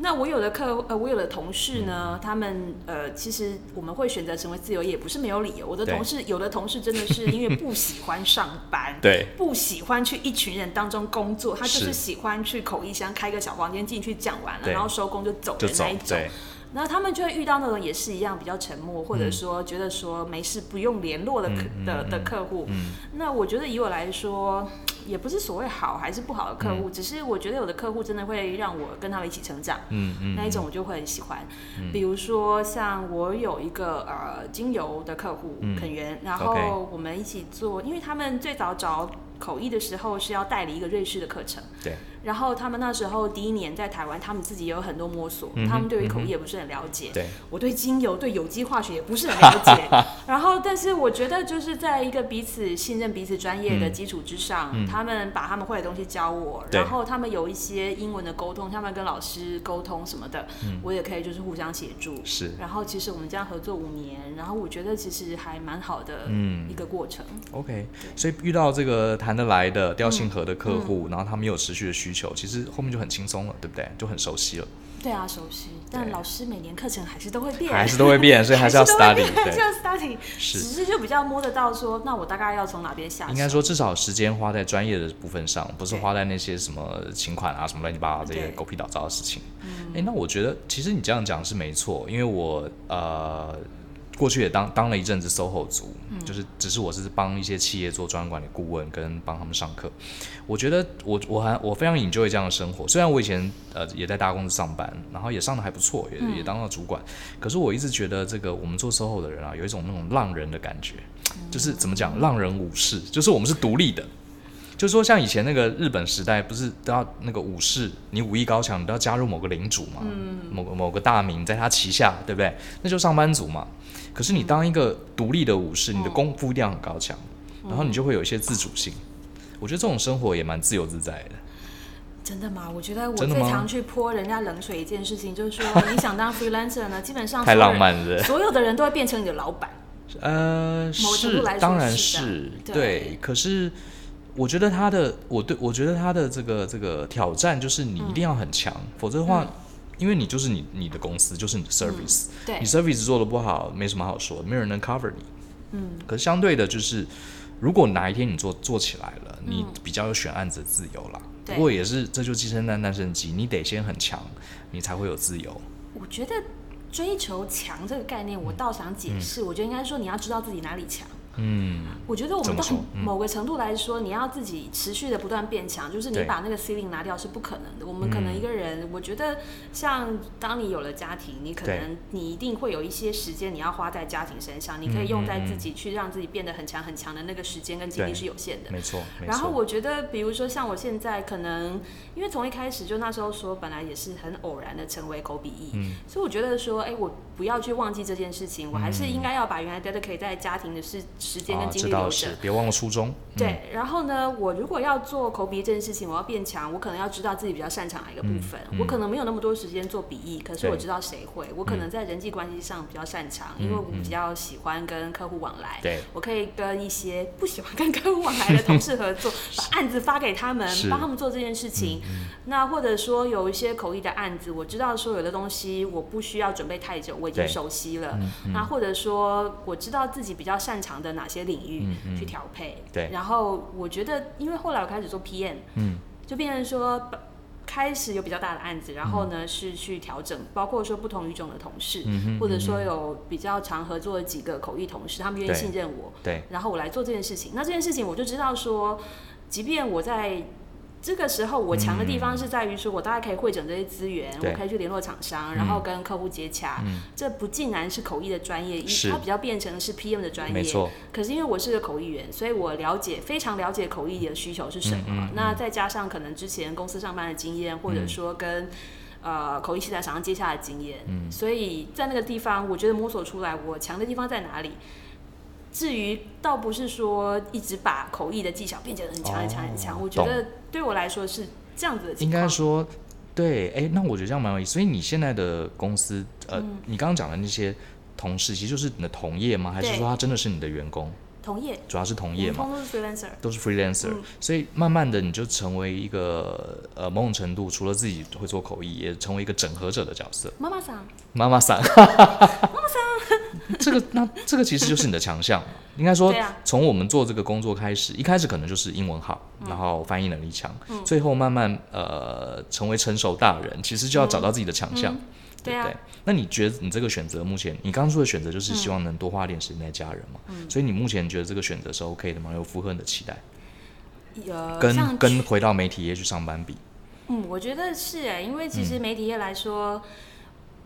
[SPEAKER 2] 那我有的客呃，我有的同事
[SPEAKER 1] 嗯
[SPEAKER 2] 呢，他们呃，其实我们会选择成为自由业，也不是没有理由。我的
[SPEAKER 1] 对，
[SPEAKER 2] 同事有的同事真的是因为不喜欢上班
[SPEAKER 1] 对，
[SPEAKER 2] 不喜欢去一群人当中工作，他就是
[SPEAKER 1] 是
[SPEAKER 2] 喜欢去口译箱开个小房间进去讲完了，
[SPEAKER 1] 对
[SPEAKER 2] 然后收工就走
[SPEAKER 1] 就
[SPEAKER 2] 的
[SPEAKER 1] 走
[SPEAKER 2] 那一，种。
[SPEAKER 1] 对，
[SPEAKER 2] 然后他们就会遇到那种也是一样比较沉默，或者说
[SPEAKER 1] 嗯
[SPEAKER 2] 觉得说没事不用联络的客、的的客户。
[SPEAKER 1] 嗯
[SPEAKER 2] 那我觉得以我来说，也不是所谓好还是不好的客户，只是我觉得有的客户真的会让我跟他们一起成长，
[SPEAKER 1] 嗯嗯，
[SPEAKER 2] 那一种我就会很喜欢。比如说像我有一个呃精油的客户
[SPEAKER 1] 嗯
[SPEAKER 2] 肯源，然
[SPEAKER 1] OK
[SPEAKER 2] 后我们一起做，因为他们最早找口译的时候是要代理一个瑞士的课程。
[SPEAKER 1] 对，
[SPEAKER 2] 然后他们那时候第一年在台湾，他们自己也有很多摸索，
[SPEAKER 1] 嗯哼
[SPEAKER 2] 他们对于口译也不是很了解。
[SPEAKER 1] 对，
[SPEAKER 2] 我对精油、对有机化学也不是很了 解。然后，但是我觉得就是在一个彼此信任、彼此专业的基础之上，
[SPEAKER 1] 嗯
[SPEAKER 2] 他们把他们会的东西教我，
[SPEAKER 1] 对
[SPEAKER 2] 然后他们有一些英文的沟通，他们跟老师沟通什么的，我也可以就是互相协助。
[SPEAKER 1] 嗯是，
[SPEAKER 2] 然后，其实我们这样合作五年，然后我觉得其实还蛮好的
[SPEAKER 1] 嗯
[SPEAKER 2] 一个过程。
[SPEAKER 1] OK，所以遇到这个谈得来的、调性合的客
[SPEAKER 2] 嗯
[SPEAKER 1] 户，然后他们有持续的需求，其实后面就很轻松了，对不对？就很熟悉了，
[SPEAKER 2] 对啊，熟悉，但
[SPEAKER 1] 对
[SPEAKER 2] 老师每年课程还是都会变，
[SPEAKER 1] 还是都会变，所以还是要 study，
[SPEAKER 2] 还是
[SPEAKER 1] 对，
[SPEAKER 2] 要 study，只
[SPEAKER 1] 是。
[SPEAKER 2] 是就比较摸得到说，那我大概要从哪边下手？
[SPEAKER 1] 应该说，至少时间花在专业的部分上，不是
[SPEAKER 2] 对
[SPEAKER 1] 花在那些什么请款啊、什么乱七八糟这些
[SPEAKER 2] 对
[SPEAKER 1] 狗屁倒灶的事情。哎、那我觉得其实你这样讲是没错，因为我呃过去也当当了一阵子 SOHO 族，就是只是我是帮一些企业做专案管理顾问，跟帮他们上课。我觉得我我还我非常 enjoy 这样的生活，虽然我以前呃也在大公司上班，然后也上的还不错，也、也当了主管，可是我一直觉得这个我们做 SOHO 的人啊，有一种那种浪人的感觉，就是怎么讲浪人武士，就是我们是独立的。就说像以前那个日本时代，不是都要那个武士，你武艺高强，你都要加入某个领主嘛，某个某个大名在他旗下，对不对？那就上班族嘛。可是你当一个独立的武士，你的功夫一定要很高强，然后你就会有一些自主性。我觉得这种生活也蛮自由自在的。
[SPEAKER 2] 真的吗？我觉得我
[SPEAKER 1] 真的
[SPEAKER 2] 最
[SPEAKER 1] 吗
[SPEAKER 2] 常去泼人家冷水一件事情，就 是说你想当 freelancer 呢，基本上
[SPEAKER 1] 太
[SPEAKER 2] 所有
[SPEAKER 1] 浪漫
[SPEAKER 2] 人
[SPEAKER 1] 了对不对
[SPEAKER 2] 所有的人都会变成你的老板。
[SPEAKER 1] 呃，
[SPEAKER 2] 某程度
[SPEAKER 1] 是
[SPEAKER 2] 来，说
[SPEAKER 1] 当然
[SPEAKER 2] 是的
[SPEAKER 1] 是
[SPEAKER 2] 对
[SPEAKER 1] 对。可是我觉得他的，我对我觉得他的这个这个挑战就是你一定
[SPEAKER 2] 嗯
[SPEAKER 1] 要很强，否则的话，因为你就是你你的公司就是你的 service，、
[SPEAKER 2] 嗯对
[SPEAKER 1] 你，service 做的不好，没什么好说的，没有人能 cover 你。嗯，可是相对的，就是如果哪一天你做做起来了，你比较有选案子的自由啦。不
[SPEAKER 2] 嗯对
[SPEAKER 1] 过也是，这就鸡生蛋，蛋生鸡，你得先很强，你才会有自由。
[SPEAKER 2] 我觉得追求强这个概念，我倒想解释，我觉得应该说你要知道自己哪里强。
[SPEAKER 1] 嗯，
[SPEAKER 2] 我觉得我
[SPEAKER 1] 怎
[SPEAKER 2] 们
[SPEAKER 1] 么
[SPEAKER 2] 到
[SPEAKER 1] 说嗯
[SPEAKER 2] 某个程度来说，你要自己持续的不断变强，就是你
[SPEAKER 1] 对嗯
[SPEAKER 2] 把那个 ceiling 拿掉是不可能的。我们可能一个人，我觉得像当你有了家庭，你可
[SPEAKER 1] 对
[SPEAKER 2] 能你一定会有一些时间你要花在家庭身上，你
[SPEAKER 1] 嗯
[SPEAKER 2] 可以用在自己去让自己变得很强很强的那个时间跟精力
[SPEAKER 1] 对
[SPEAKER 2] 是有限的。
[SPEAKER 1] 没错，没错。
[SPEAKER 2] 然后我觉得，比如说像我现在可能，因为从一开始就那时候说，本来也是很偶然的成为口笔译，
[SPEAKER 1] 嗯
[SPEAKER 2] 所以我觉得说，哎，我不要去忘记这件事情，我还
[SPEAKER 1] 嗯
[SPEAKER 2] 是应该要把原来 dedicate 在家庭的事时间跟
[SPEAKER 1] 啊，
[SPEAKER 2] 精
[SPEAKER 1] 这
[SPEAKER 2] 力留
[SPEAKER 1] 倒
[SPEAKER 2] 着。
[SPEAKER 1] 是，别忘了初衷。
[SPEAKER 2] 对，然后呢，我如果要做口笔译这件事情，我要变强，我可能要知道自己比较擅长哪一个部分。我可能没有那么多时间做笔译，可是
[SPEAKER 1] 嗯对嗯
[SPEAKER 2] 我知道谁会。我可能在人际关系上比较擅长，因为我比较喜欢跟客户往来。
[SPEAKER 1] 对
[SPEAKER 2] 我可以跟一些不喜欢跟客户往来的同事合 作，把案子发给他们
[SPEAKER 1] 是，嗯
[SPEAKER 2] 帮他们做这件事情。那或者说有一些口译的案子，我知道说有的东西我不需要准备太久，我已经
[SPEAKER 1] 对嗯
[SPEAKER 2] 熟悉了。那或者说我知道自己比较擅长的哪些领域
[SPEAKER 1] 嗯嗯
[SPEAKER 2] 去调配。
[SPEAKER 1] 对
[SPEAKER 2] 然后我觉得，因为后来我开始做 PM，
[SPEAKER 1] 嗯，
[SPEAKER 2] 就变成说。开始有比较大的案子，然后呢、是去调整，包括说不同语种的同事，
[SPEAKER 1] 嗯哼
[SPEAKER 2] 或者说有比较常合作的几个口译同事，他们愿意
[SPEAKER 1] 对
[SPEAKER 2] 信任我，
[SPEAKER 1] 对，
[SPEAKER 2] 然后我来做这件事情。那这件事情我就知道说，即便我在这个时候我强的地方是在于说，我大概可以会诊这些资源，
[SPEAKER 1] 对
[SPEAKER 2] 我可以去联络厂商，
[SPEAKER 1] 嗯
[SPEAKER 2] 然后跟客户接洽。这不竟然是口译的专业，因
[SPEAKER 1] 是
[SPEAKER 2] 为它比较变成是 PM 的专
[SPEAKER 1] 没
[SPEAKER 2] 业。
[SPEAKER 1] 错，
[SPEAKER 2] 可是因为我是个口译员，所以我了解非常了解口译的需求是什么。
[SPEAKER 1] 嗯
[SPEAKER 2] 那再加上可能之前公司上班的经验，或者说跟、呃口译器材厂商接洽的
[SPEAKER 1] 嗯
[SPEAKER 2] 经验，所以在那个地方，我觉得摸索出来我强的地方在哪里。至于倒不是说一直把口译的技巧变得很强很强很强，
[SPEAKER 1] 哦
[SPEAKER 2] 我觉
[SPEAKER 1] 懂
[SPEAKER 2] 得对我来说是这样子的情
[SPEAKER 1] 应
[SPEAKER 2] 况。
[SPEAKER 1] 该说，对，哎、那我觉得这样蛮有意思。所以你现在的公司，呃，
[SPEAKER 2] 嗯
[SPEAKER 1] 你刚刚讲的那些同事，其实就是你的同业吗？还是
[SPEAKER 2] 对
[SPEAKER 1] 说他真的是你的员工？
[SPEAKER 2] 同业，
[SPEAKER 1] 主要是同业
[SPEAKER 2] 我们
[SPEAKER 1] 嘛，
[SPEAKER 2] 通都是 freelancer。
[SPEAKER 1] 都是 freelancer，、所
[SPEAKER 2] 嗯
[SPEAKER 1] 以慢慢的你就成为一个呃某种程度，除了自己会做口译，也成为一个整合者的角色。
[SPEAKER 2] 妈妈桑，
[SPEAKER 1] 妈妈桑，妈妈桑， 这个那这个其实就是你的强项嘛。应该说
[SPEAKER 2] 对啊，
[SPEAKER 1] 从我们做这个工作开始，一开始可能就是英文好，
[SPEAKER 2] 嗯
[SPEAKER 1] 然后翻译能力强，最后慢慢呃成为成熟大人，其实就要找到自己的强项，
[SPEAKER 2] 嗯对
[SPEAKER 1] 不
[SPEAKER 2] 啊
[SPEAKER 1] 对？，那你觉得你这个选择目前，你刚刚说的选择就是希望能多花点时间在家人嘛？
[SPEAKER 2] 嗯
[SPEAKER 1] 所以你目前觉得这个选择是 OK 的吗？有符合你的期待？
[SPEAKER 2] 呃，
[SPEAKER 1] 跟
[SPEAKER 2] 像
[SPEAKER 1] 跟回到媒体业去上班比，
[SPEAKER 2] 嗯，我觉得是哎，因为其
[SPEAKER 1] 嗯
[SPEAKER 2] 实媒体业来说，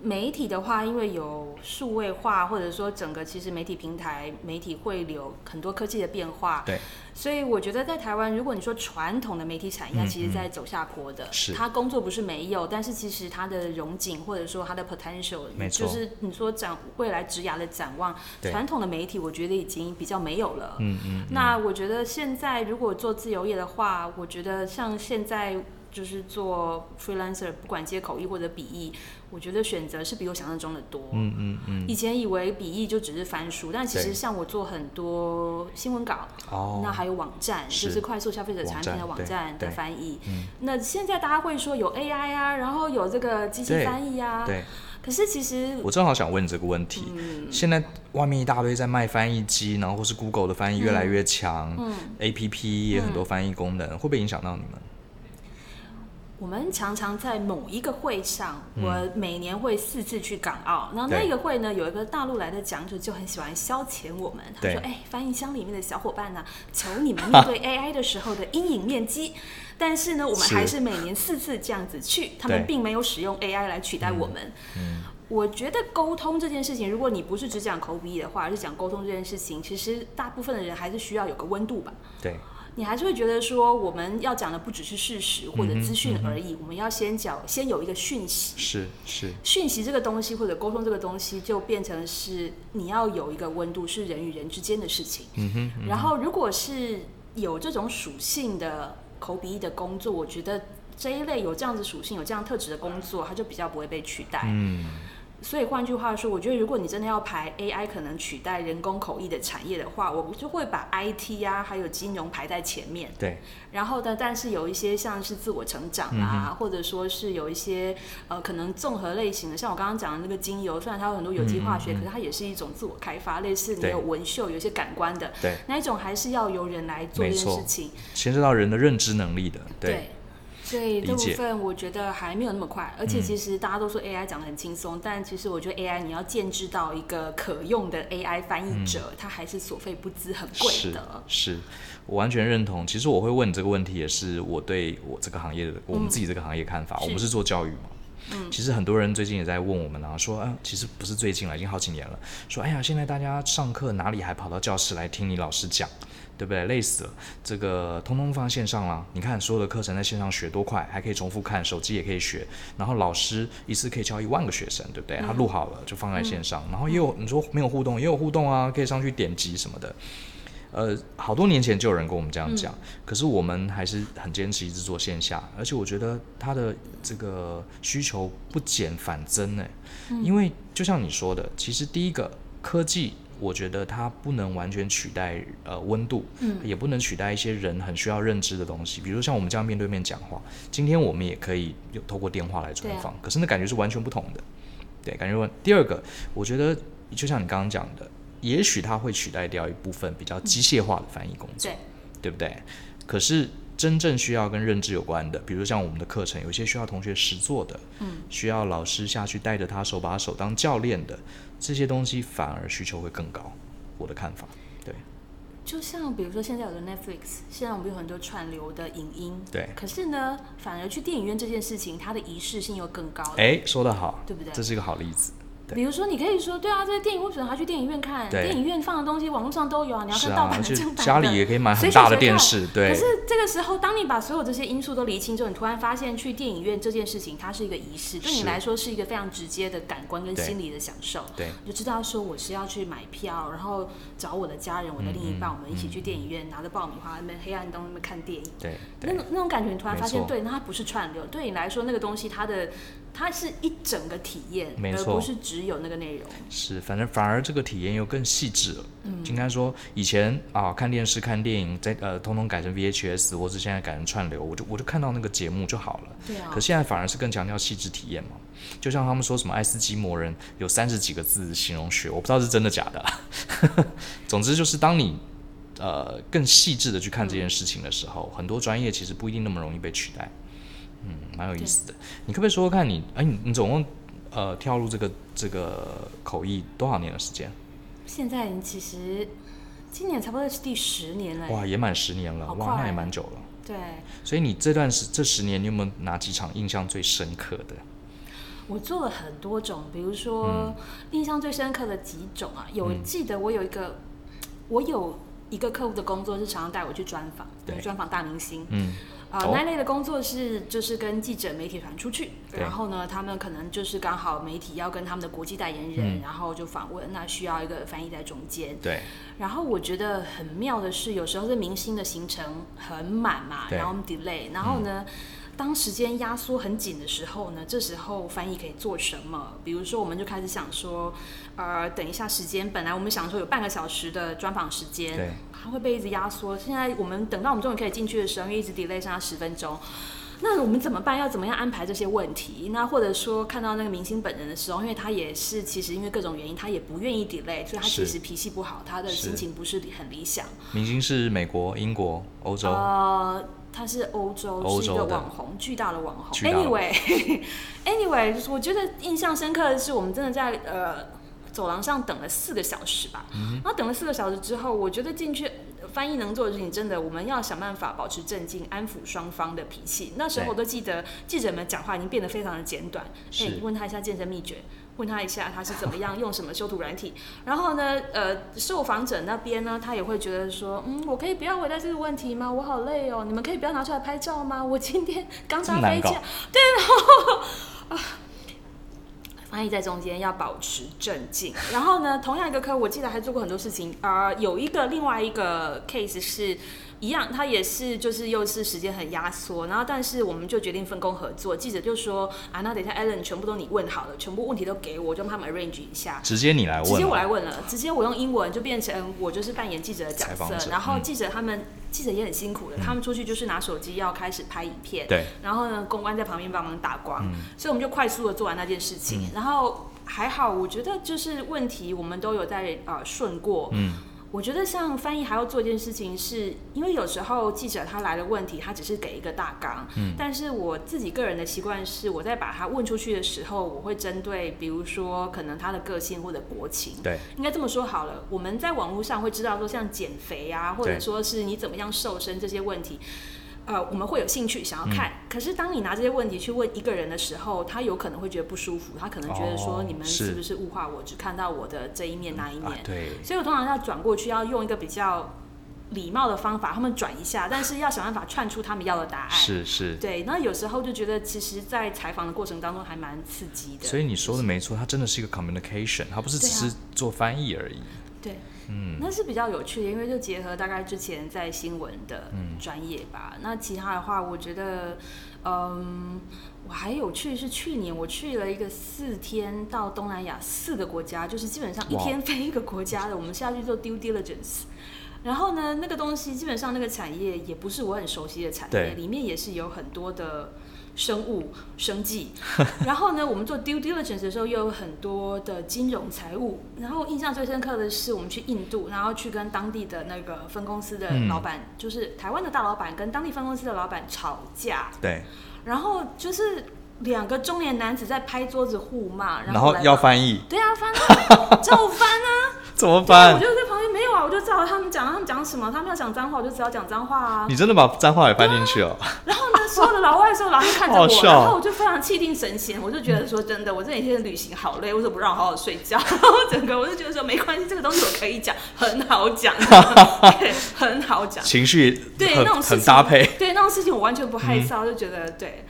[SPEAKER 2] 媒体的话，因为有数位化，或者说整个其实媒体平台、媒体汇流很多科技的变化，
[SPEAKER 1] 对，
[SPEAKER 2] 所以我觉得在台湾，如果你说传统的媒体产业，它其实在走下坡的，
[SPEAKER 1] 嗯是
[SPEAKER 2] 它工作不是没有，但是其实它的荣景或者说它的 potential，
[SPEAKER 1] 没错
[SPEAKER 2] 就是你说展未来职涯的展望，
[SPEAKER 1] 对
[SPEAKER 2] 传统的媒体我觉得已经比较没有了，嗯嗯，那我觉得现在如果做自由业的话，我觉得像现在。就是做 freelancer，不管接口译或者笔译，我觉得选择是比我想象中的多。
[SPEAKER 1] 嗯嗯嗯，
[SPEAKER 2] 以前以为笔译就只是翻书，但其实
[SPEAKER 1] 对
[SPEAKER 2] 像我做很多新闻稿，
[SPEAKER 1] 哦，
[SPEAKER 2] 那还有网站，
[SPEAKER 1] 是
[SPEAKER 2] 就是快速消费者产品的
[SPEAKER 1] 网
[SPEAKER 2] 网
[SPEAKER 1] 站
[SPEAKER 2] 站
[SPEAKER 1] 对嗯
[SPEAKER 2] 的翻译。那现在大家会说有 AI 啊，然后有这个机器
[SPEAKER 1] 对
[SPEAKER 2] 翻译啊，
[SPEAKER 1] 对，
[SPEAKER 2] 可是其实
[SPEAKER 1] 我正好想问你这个问题。现在外面一大堆在卖翻译机，然后或是 Google 的翻译越来越强、a P P 也很多翻译功能，会不会影响到你们？
[SPEAKER 2] 我们常常在某一个会上，
[SPEAKER 1] 嗯
[SPEAKER 2] 我每年会四次去港澳。然后那
[SPEAKER 1] 对
[SPEAKER 2] 个会呢，有一个大陆来的讲者就很喜欢消遣我们，他
[SPEAKER 1] 对
[SPEAKER 2] 说：“哎，翻译箱里面的小伙 伴呐、啊求你们面对 AI 的时候的阴影面积。” 但是呢，我们
[SPEAKER 1] 是
[SPEAKER 2] 还是每年四次这样子去，他们
[SPEAKER 1] 对嗯
[SPEAKER 2] 并没有使用 AI 来取代我们。我觉得沟通这件事情，如果你不是只讲口笔译的话，而是讲沟通这件事情，其实大部分的人还是需要有个温度吧。
[SPEAKER 1] 对，
[SPEAKER 2] 你还是会觉得说，我们要讲的不只是事实或者资讯而已，我们要先讲，先有一个讯息。
[SPEAKER 1] 是是，
[SPEAKER 2] 讯息这个东西，或者沟通这个东西，就变成是你要有一个温度，是人与人之间的事情。
[SPEAKER 1] 嗯哼，
[SPEAKER 2] 然后，如果是有这种属性的口笔译的工作，我觉得这一类有这样子属性、有这样特质的工作，它就比较不会被取代。
[SPEAKER 1] 嗯，
[SPEAKER 2] 所以换句话说，我觉得如果你真的要排 AI 可能取代人工口译的产业的话，我就会把 IT 啊还有金融排在前面。
[SPEAKER 1] 对，
[SPEAKER 2] 然后呢，但是有一些像是自我成长
[SPEAKER 1] 嗯
[SPEAKER 2] 啊，或者说是有一些呃可能综合类型的，像我刚刚讲的那个精油，虽然它有很多有机化
[SPEAKER 1] 嗯
[SPEAKER 2] 学，可是它也是一种自我开发，类似你
[SPEAKER 1] 对
[SPEAKER 2] 有纹绣、有一些感官的
[SPEAKER 1] 对，
[SPEAKER 2] 那一种，还是要由人来做
[SPEAKER 1] 没
[SPEAKER 2] 这件
[SPEAKER 1] 错
[SPEAKER 2] 事情。
[SPEAKER 1] 牵涉到人的认知能力的，对，
[SPEAKER 2] 对，所以这
[SPEAKER 1] 理
[SPEAKER 2] 部
[SPEAKER 1] 解
[SPEAKER 2] 分我觉得还没有那么快，而且其实大家都说 AI 讲的很轻松，但其实我觉得 AI 你要见知到一个可用的 AI 翻译者，它还是所费不资，很贵
[SPEAKER 1] 嗯是
[SPEAKER 2] 的。
[SPEAKER 1] 是，我完全认同。其实我会问你这个问题，也是我对我这个行业的、我们自己这个行业看法。我们
[SPEAKER 2] 嗯是嗯
[SPEAKER 1] 是做教育嘛。其实很多人最近也在问我们啊，说啊，其实不是最近了，已经好几年了。说哎呀，现在大家上课哪里还跑到教室来听你老师讲，对不对？累死了，这个通通放线上啦。你看所有的课程在线上学多快，还可以重复看，手机也可以学。然后老师一次可以教一万个学生，对不对？
[SPEAKER 2] 嗯
[SPEAKER 1] 他录好了就放在线上，然后也有你说没有互动，也有互动啊，可以上去点击什么的。呃，好多年前就有人跟我们这样讲，可是我们还是很坚持一直做线下，而且我觉得它的这个需求不减反增呢、因为就像你说的，其实第一个科技，我觉得它不能完全取代呃温度，
[SPEAKER 2] 嗯
[SPEAKER 1] 也不能取代一些人很需要认知的东西，比如像我们这样面对面讲话，今天我们也可以有透过电话来专
[SPEAKER 2] 对啊
[SPEAKER 1] 访，可是那感觉是完全不同的，对，感觉完。第二个，我觉得就像你刚刚讲的，也许它会取代掉一部分比较机械化的翻译工作，
[SPEAKER 2] 对，
[SPEAKER 1] 对不对？可是真正需要跟认知有关的，比如像我们的课程，有一些需要同学实做的，嗯，需要老师下去带着他手把手当教练的，这些东西反而需求会更高，我的看法。对
[SPEAKER 2] 就像比如说现在有的 Netflix，现在我们有很多串流的影音，
[SPEAKER 1] 对，
[SPEAKER 2] 可是呢，反而去电影院这件事情，它的仪式性又更高了。
[SPEAKER 1] 哎，说得好，
[SPEAKER 2] 对不对
[SPEAKER 1] 这是一个好例子。对
[SPEAKER 2] 比如说，你可以说，对啊，这个电影为什么还要去电影院看？
[SPEAKER 1] 对
[SPEAKER 2] 电影院放的东西，网络上都有啊，你要
[SPEAKER 1] 是
[SPEAKER 2] 看盗
[SPEAKER 1] 啊，
[SPEAKER 2] 版的、
[SPEAKER 1] 就
[SPEAKER 2] 正版的。
[SPEAKER 1] 家里也可以买很
[SPEAKER 2] 随
[SPEAKER 1] 大
[SPEAKER 2] 选
[SPEAKER 1] 的
[SPEAKER 2] 随
[SPEAKER 1] 电
[SPEAKER 2] 看
[SPEAKER 1] 视，
[SPEAKER 2] 可
[SPEAKER 1] 对
[SPEAKER 2] 是，这个时候，当你把所有这些因素都理清之后，你突然发现去电影院这件事情，它是一个仪式，对你
[SPEAKER 1] 是
[SPEAKER 2] 来说是一个非常直接的感官跟
[SPEAKER 1] 对
[SPEAKER 2] 心理的享受。
[SPEAKER 1] 对
[SPEAKER 2] 你就知道说我是要去买票，然后找我的家人、我的另一
[SPEAKER 1] 嗯
[SPEAKER 2] 半，我们一起去电影院，拿着爆米花，那边黑暗中那边看电影。
[SPEAKER 1] 对
[SPEAKER 2] 那
[SPEAKER 1] 对
[SPEAKER 2] 种那种感觉，你突然
[SPEAKER 1] 没
[SPEAKER 2] 发现，
[SPEAKER 1] 错
[SPEAKER 2] 对，那它不是串流，对你来说，那个东西它的它是一整个体验，
[SPEAKER 1] 没
[SPEAKER 2] 而
[SPEAKER 1] 错
[SPEAKER 2] 不是只有那个内容。
[SPEAKER 1] 是，反正反而这个体验又更细致了。
[SPEAKER 2] 嗯
[SPEAKER 1] 应该说以前啊，看电视、看电影，在呃，通通改成 VHS，或是现在改成串流，我就我就看到那个节目就好了。
[SPEAKER 2] 对啊
[SPEAKER 1] 可，现在反而是更强调细致体验嘛，就像他们说什么爱斯基摩人有三十几个字形容雪，我不知道是真的假的 啦。总之就是当你呃更细致的去看这
[SPEAKER 2] 嗯
[SPEAKER 1] 件事情的时候，很多专业其实不一定那么容易被取代。嗯，蛮有意思的。你可不可以说说看你，哎、你你总共呃跳入这个这个口译多少年的时间？
[SPEAKER 2] 现在你其实今年差不多是第十年了耶，
[SPEAKER 1] 哇，也满十年了，
[SPEAKER 2] 哎好
[SPEAKER 1] 哇，那
[SPEAKER 2] 快
[SPEAKER 1] 也蛮久了。
[SPEAKER 2] 对。
[SPEAKER 1] 所以你这段时这十年，你有没有哪几场印象最深刻的？
[SPEAKER 2] 我做了很多种，比如
[SPEAKER 1] 嗯
[SPEAKER 2] 说、印象最深刻的几种啊，有、记得我有一个，我有一个客户的工作是常常带我去专访，
[SPEAKER 1] 对
[SPEAKER 2] 专访大明星。
[SPEAKER 1] 嗯，
[SPEAKER 2] 啊、
[SPEAKER 1] 哦
[SPEAKER 2] 那一类的工作是就是跟记者、媒体团出去，
[SPEAKER 1] 对
[SPEAKER 2] 然后呢，他们可能就是刚好媒体要跟他们的国际代言人，
[SPEAKER 1] 嗯
[SPEAKER 2] 然后就访问，那需要一个翻译在中间。
[SPEAKER 1] 对，
[SPEAKER 2] 然后我觉得很妙的是，有时候是明星的行程很满嘛，
[SPEAKER 1] 对嗯
[SPEAKER 2] 然后我们 delay，然后呢，当时间压缩很紧的时候呢，这时候翻译可以做什么？比如说，我们就开始想说，呃，等一下时间，本来我们想说有半个小时的专访时
[SPEAKER 1] 对
[SPEAKER 2] 间，它会被一直压缩。现在我们等到我们终于可以进去的时候，因为一直 delay 剩下十分钟。那我们怎么办？要怎么样安排这些问题？那或者说看到那个明星本人的时候，因为他也是其实因为各种原因，他也不愿意 delay，所以他
[SPEAKER 1] 是
[SPEAKER 2] 其实脾气不好，他的
[SPEAKER 1] 是
[SPEAKER 2] 心情不是很理想。
[SPEAKER 1] 明星是美国、英国、欧洲，
[SPEAKER 2] 呃，他是欧洲，
[SPEAKER 1] 欧
[SPEAKER 2] 是
[SPEAKER 1] 洲
[SPEAKER 2] 一个
[SPEAKER 1] 的
[SPEAKER 2] 网红，巨大的网红。
[SPEAKER 1] 巨大的
[SPEAKER 2] Anyway，Anyway，就是我觉得印象深刻的是，我们真的在呃走廊上等了四个小时吧。
[SPEAKER 1] 嗯
[SPEAKER 2] 然后等了四个小时之后，我觉得进去呃翻译能做的事情，真的我们要想办法保持镇静，安抚双方的脾气。那时候
[SPEAKER 1] 对
[SPEAKER 2] 我都记得记者们讲话已经变得非常的简短，哎、
[SPEAKER 1] 是
[SPEAKER 2] 你问他一下健身秘诀。问他一下他是怎么样用什么修图软体，然后呢，呃，受访者那边呢，他也会觉得说，嗯，我可以不要回答这个问题吗？我好累哦，你们可以不要拿出来拍照吗？我今天刚
[SPEAKER 1] 这
[SPEAKER 2] 搭
[SPEAKER 1] 么
[SPEAKER 2] 飞
[SPEAKER 1] 难
[SPEAKER 2] 机
[SPEAKER 1] 搞
[SPEAKER 2] 啊，翻译在中间要保持镇静。然后呢，同样一个科，我记得还做过很多事情。呃，有一个另外一个 case 是一样，他也是就是又是时间很压缩，然后但是我们就决定分工合作。记者就说啊，那等一下 Alan 全部都你问好了，全部问题都给我，我就帮他们 arrange 一下。
[SPEAKER 1] 直接你来问
[SPEAKER 2] 直
[SPEAKER 1] 哦，
[SPEAKER 2] 接我来问了，直接我用英文就变成我就是扮演记者的角
[SPEAKER 1] 采访者
[SPEAKER 2] 色，然后
[SPEAKER 1] 嗯
[SPEAKER 2] 记者他们、记者也很辛苦的，他们出去就是拿手机要开始拍影片，
[SPEAKER 1] 对，
[SPEAKER 2] 然后呢公关在旁边帮忙打光，所以我们就快速的做完那件事情，然后还好，我觉得就是问题我们都有在呃顺过，
[SPEAKER 1] 嗯，
[SPEAKER 2] 我觉得像翻译还要做一件事情是，因为有时候记者他来的问题，他只是给一个大纲，嗯，但是我自己个人的习惯是，我在把他问出去的时候，我会针对比如说可能他的个性或者国情，
[SPEAKER 1] 对，
[SPEAKER 2] 应该这么说好了，我们在网络上会知道说像减肥啊，或者说是你怎么样瘦身这些问题。呃，我们会有兴趣想要
[SPEAKER 1] 嗯
[SPEAKER 2] 看，可是当你拿这些问题去问一个人的时候，他有可能会觉得不舒服，他可能觉得说
[SPEAKER 1] 哦
[SPEAKER 2] 你们
[SPEAKER 1] 是
[SPEAKER 2] 是不是物化我，只看到我的这一面那一面
[SPEAKER 1] 啊，。对，
[SPEAKER 2] 所以我通常要转过去，要用一个比较礼貌的方法，他们转一下，但是要想办法串出他们要的答案。
[SPEAKER 1] 是是。
[SPEAKER 2] 哎对，那有时候就觉得，其实，在采访的过程当中还蛮刺激的。
[SPEAKER 1] 所以你说的没错，它真的是一个 communication，它不是只
[SPEAKER 2] 对啊
[SPEAKER 1] 是做翻译而已。
[SPEAKER 2] 对，嗯，那是比较有趣的，因为就结合大概之前在新闻的
[SPEAKER 1] 嗯
[SPEAKER 2] 专业吧。那其他的话，我觉得，嗯，我还有去是去年我去了一个四天到东南亚四个国家，就是基本上一
[SPEAKER 1] 哇哦
[SPEAKER 2] 天飞一个国家的，我们是要去做 due diligence。然后呢，那个东西基本上那个产业也不是我很熟悉的产
[SPEAKER 1] 对
[SPEAKER 2] 业，里面也是有很多的生物、生计。然后呢，我们做 due diligence 的时候，又有很多的金融财务。然后印象最深刻的是，我们去印度，然后去跟当地的那个分公司的
[SPEAKER 1] 嗯
[SPEAKER 2] 老板，就是台湾的大老板跟当地分公司的老板吵架，
[SPEAKER 1] 对，
[SPEAKER 2] 然后就是两个中年男子在拍桌子互骂，
[SPEAKER 1] 然
[SPEAKER 2] 后
[SPEAKER 1] 后
[SPEAKER 2] 来
[SPEAKER 1] 要翻译
[SPEAKER 2] 对啊 翻啊，就翻啊。
[SPEAKER 1] 怎么
[SPEAKER 2] 对啊，我
[SPEAKER 1] 翻？
[SPEAKER 2] 就在旁边没有啊，我就照他们讲，他们讲什么，他们要讲脏话，我就只要讲脏话啊。
[SPEAKER 1] 你真的把脏话也翻进去哦？
[SPEAKER 2] 然后呢，所有的老外所有老外看着
[SPEAKER 1] 好
[SPEAKER 2] 我，
[SPEAKER 1] 笑
[SPEAKER 2] 然后我就非常气定神闲，我就觉得说真的，我这几天的旅行好累，为什么不让我好好睡觉？ 然后整个我就觉得说没关系，这个东西我可以讲，很好 讲，对，很好讲。
[SPEAKER 1] 情绪
[SPEAKER 2] 对那种
[SPEAKER 1] 很
[SPEAKER 2] 事情
[SPEAKER 1] 很搭配，嗯
[SPEAKER 2] 对那种事情我完全不害臊，就觉得对。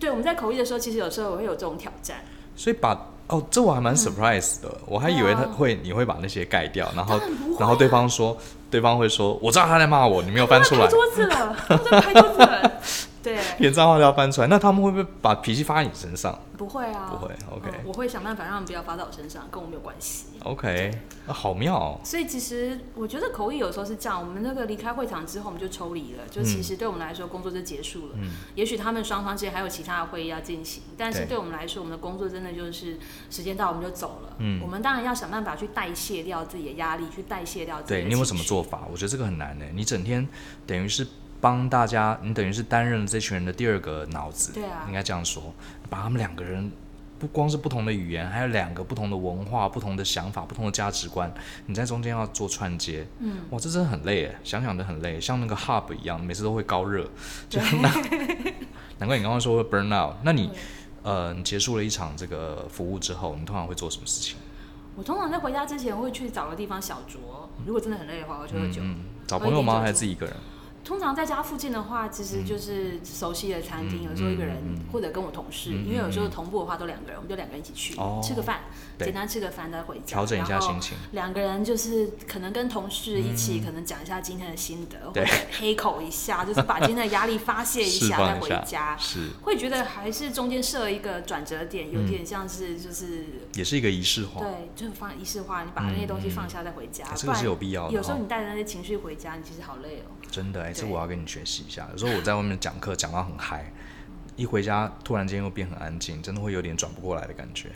[SPEAKER 2] 对，我们在口译的时候，其实有时候我会有这种挑战。
[SPEAKER 1] 所以把哦，这我还
[SPEAKER 2] 嗯
[SPEAKER 1] 蛮 surprise 的，我还以为他
[SPEAKER 2] 对啊
[SPEAKER 1] 会你会把那些盖掉，然后、
[SPEAKER 2] 当然不会啊
[SPEAKER 1] 然后对方说，对方会说，我知道他在骂我，你没有翻出
[SPEAKER 2] 我
[SPEAKER 1] 来
[SPEAKER 2] 在拍，桌子 了，我在拍桌子了。对，
[SPEAKER 1] 连脏话都要翻出来，那他们会不会把脾气发你身上
[SPEAKER 2] 不会啊，
[SPEAKER 1] 不会，OK
[SPEAKER 2] 嗯我会想办法让他们不要发到我身上，跟我没有关系。
[SPEAKER 1] ？OK，啊好妙、哦，
[SPEAKER 2] 所以其实我觉得口译有时候是这样，我们那个离开会场之后，我们就抽离了，
[SPEAKER 1] 嗯
[SPEAKER 2] 就其实对我们来说工作就结束了。也许他们双方之间还有其他的会议要进行，但是
[SPEAKER 1] 对
[SPEAKER 2] 对我们来说，我们的工作真的就是时间到我们就走了。
[SPEAKER 1] 嗯
[SPEAKER 2] 我们当然要想办法去代谢掉自己的压力，去代谢掉自己的
[SPEAKER 1] 对你有没有什么
[SPEAKER 2] 情绪
[SPEAKER 1] 做法？我觉得这个很难呢，欸你整天等于是帮大家，你等于是担任了这群人的第二个脑子，
[SPEAKER 2] 对啊
[SPEAKER 1] 应该这样说，把他们两个人。不光是不同的语言，还有两个不同的文化、不同的想法、不同的价值观，你在中间要做串接，
[SPEAKER 2] 嗯，
[SPEAKER 1] 哇，这真的很累哎，想想都很累，像那个 hub 一样，每次都会高热，就
[SPEAKER 2] 对
[SPEAKER 1] 难难怪你刚刚说会 burn out。那你
[SPEAKER 2] 嗯
[SPEAKER 1] 呃，你结束了一场这个服务之后，你通常会做什么事情？
[SPEAKER 2] 我通常在回家之前会去找个地方小酌，如果真的很累的话，我就喝酒。
[SPEAKER 1] 嗯，找朋友吗？
[SPEAKER 2] 喝一点酒
[SPEAKER 1] 还是自己一个人？
[SPEAKER 2] 通常在家附近的话，其实就是熟悉的餐厅，
[SPEAKER 1] 嗯
[SPEAKER 2] 有时候一个人、
[SPEAKER 1] 嗯嗯
[SPEAKER 2] 或者跟我同事，
[SPEAKER 1] 嗯
[SPEAKER 2] 因为有时候同步的话都两个人，我们就两个人一起去、
[SPEAKER 1] 哦
[SPEAKER 2] 吃个饭，
[SPEAKER 1] 对
[SPEAKER 2] 简单吃个饭再回家，
[SPEAKER 1] 调整一下
[SPEAKER 2] 然后
[SPEAKER 1] 心情。嗯
[SPEAKER 2] 两个人就是可能跟同事一起，可能讲一下今天的心得，或
[SPEAKER 1] 对
[SPEAKER 2] 者黑口 一下，就是把今天的压力发泄一
[SPEAKER 1] 释
[SPEAKER 2] 下，
[SPEAKER 1] 放
[SPEAKER 2] 再
[SPEAKER 1] 一
[SPEAKER 2] 回
[SPEAKER 1] 下
[SPEAKER 2] 家。
[SPEAKER 1] 是，
[SPEAKER 2] 会觉得还是中间设一个转折点，
[SPEAKER 1] 嗯
[SPEAKER 2] 有点像是就是、
[SPEAKER 1] 也是一个仪式化，
[SPEAKER 2] 对，就是放仪式化，你把那些东西放下再回家，
[SPEAKER 1] 嗯哎这
[SPEAKER 2] 不
[SPEAKER 1] 个
[SPEAKER 2] 然
[SPEAKER 1] 是有必要的。
[SPEAKER 2] 有时候
[SPEAKER 1] 哦
[SPEAKER 2] 你带着那些情绪回家，你其实好累哦。
[SPEAKER 1] 真的哎，这
[SPEAKER 2] 对
[SPEAKER 1] 我要跟你学习一下。有时候我在外面讲课讲到很嗨，一回家突然间又变很安静，真的会有点转不过来的感觉。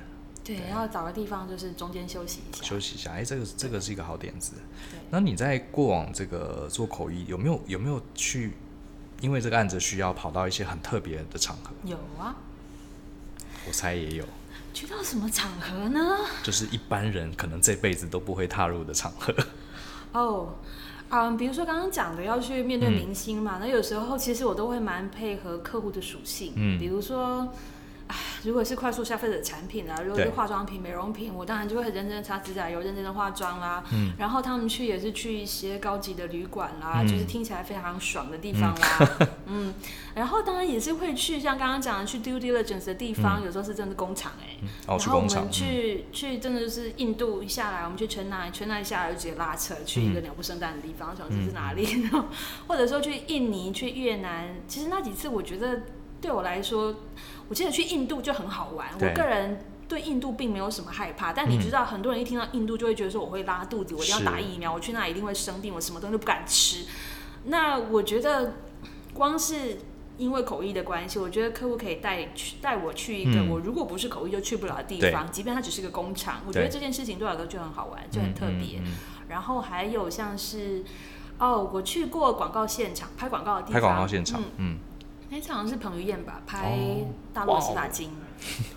[SPEAKER 2] 对，要找个地方就是啊中间休息一下。
[SPEAKER 1] 休息一下。哎，这个这个是一个好点子
[SPEAKER 2] 对。
[SPEAKER 1] 那你在过往这个做口译，有没有有没有去因为这个案子需要跑到一些很特别的场合？
[SPEAKER 2] 有啊，
[SPEAKER 1] 我猜也有，
[SPEAKER 2] 去到什么场合呢？
[SPEAKER 1] 就是一般人可能这辈子都不会踏入的场合。
[SPEAKER 2] 哦，嗯，比如说刚刚讲的要去面
[SPEAKER 1] 嗯
[SPEAKER 2] 对明星嘛，那有时候其实我都会蛮配合客户的属性，
[SPEAKER 1] 嗯
[SPEAKER 2] 比如说。唉如果是快速消费者产品啊，如果是
[SPEAKER 1] 对
[SPEAKER 2] 化妆品、美容品，我当然就会很认真的擦指甲油，认真的化妆啦。
[SPEAKER 1] 嗯
[SPEAKER 2] 然后他们去也是去一些高级的旅馆啦，
[SPEAKER 1] 嗯
[SPEAKER 2] 就是听起来非常爽的地方啦。 嗯然后当然也是会去像刚刚讲的去 due diligence 的地方，
[SPEAKER 1] 嗯
[SPEAKER 2] 有时候是真的工厂哎、
[SPEAKER 1] 哦，去
[SPEAKER 2] 然后我
[SPEAKER 1] 工厂
[SPEAKER 2] 们，去去真的就是印度一下来，我们去全南，全南一下来就直接拉车去一个鸟不生蛋的地方，想这是哪里？
[SPEAKER 1] 嗯
[SPEAKER 2] 然后 或者说去印尼、去越南，其实那几次我觉得对我来说，我记得去印度就很好玩，
[SPEAKER 1] 对嗯
[SPEAKER 2] 我个人。对印度并没有什么害怕，但你知道，很多人一听到印度就会觉得说我会拉肚子，我一定
[SPEAKER 1] 是
[SPEAKER 2] 要打疫苗，我去那一定会生病，我什么东西都不敢吃。那我觉得，光是因为口译的关系，我觉得客户可以带去带我去一个、
[SPEAKER 1] 嗯
[SPEAKER 2] 我如果不是口译就去不了的地方，即便它只是个工厂，我觉得这件事情对我来说就很好玩，就很特别。
[SPEAKER 1] 嗯嗯
[SPEAKER 2] 然后还有像是，哦，我去过广告现场拍广告的
[SPEAKER 1] 嗯
[SPEAKER 2] 地方，
[SPEAKER 1] 拍广告现场
[SPEAKER 2] 嗯，
[SPEAKER 1] 嗯，
[SPEAKER 2] 那次好像是彭于晏吧，拍
[SPEAKER 1] 哦
[SPEAKER 2] 大陆的洗发精。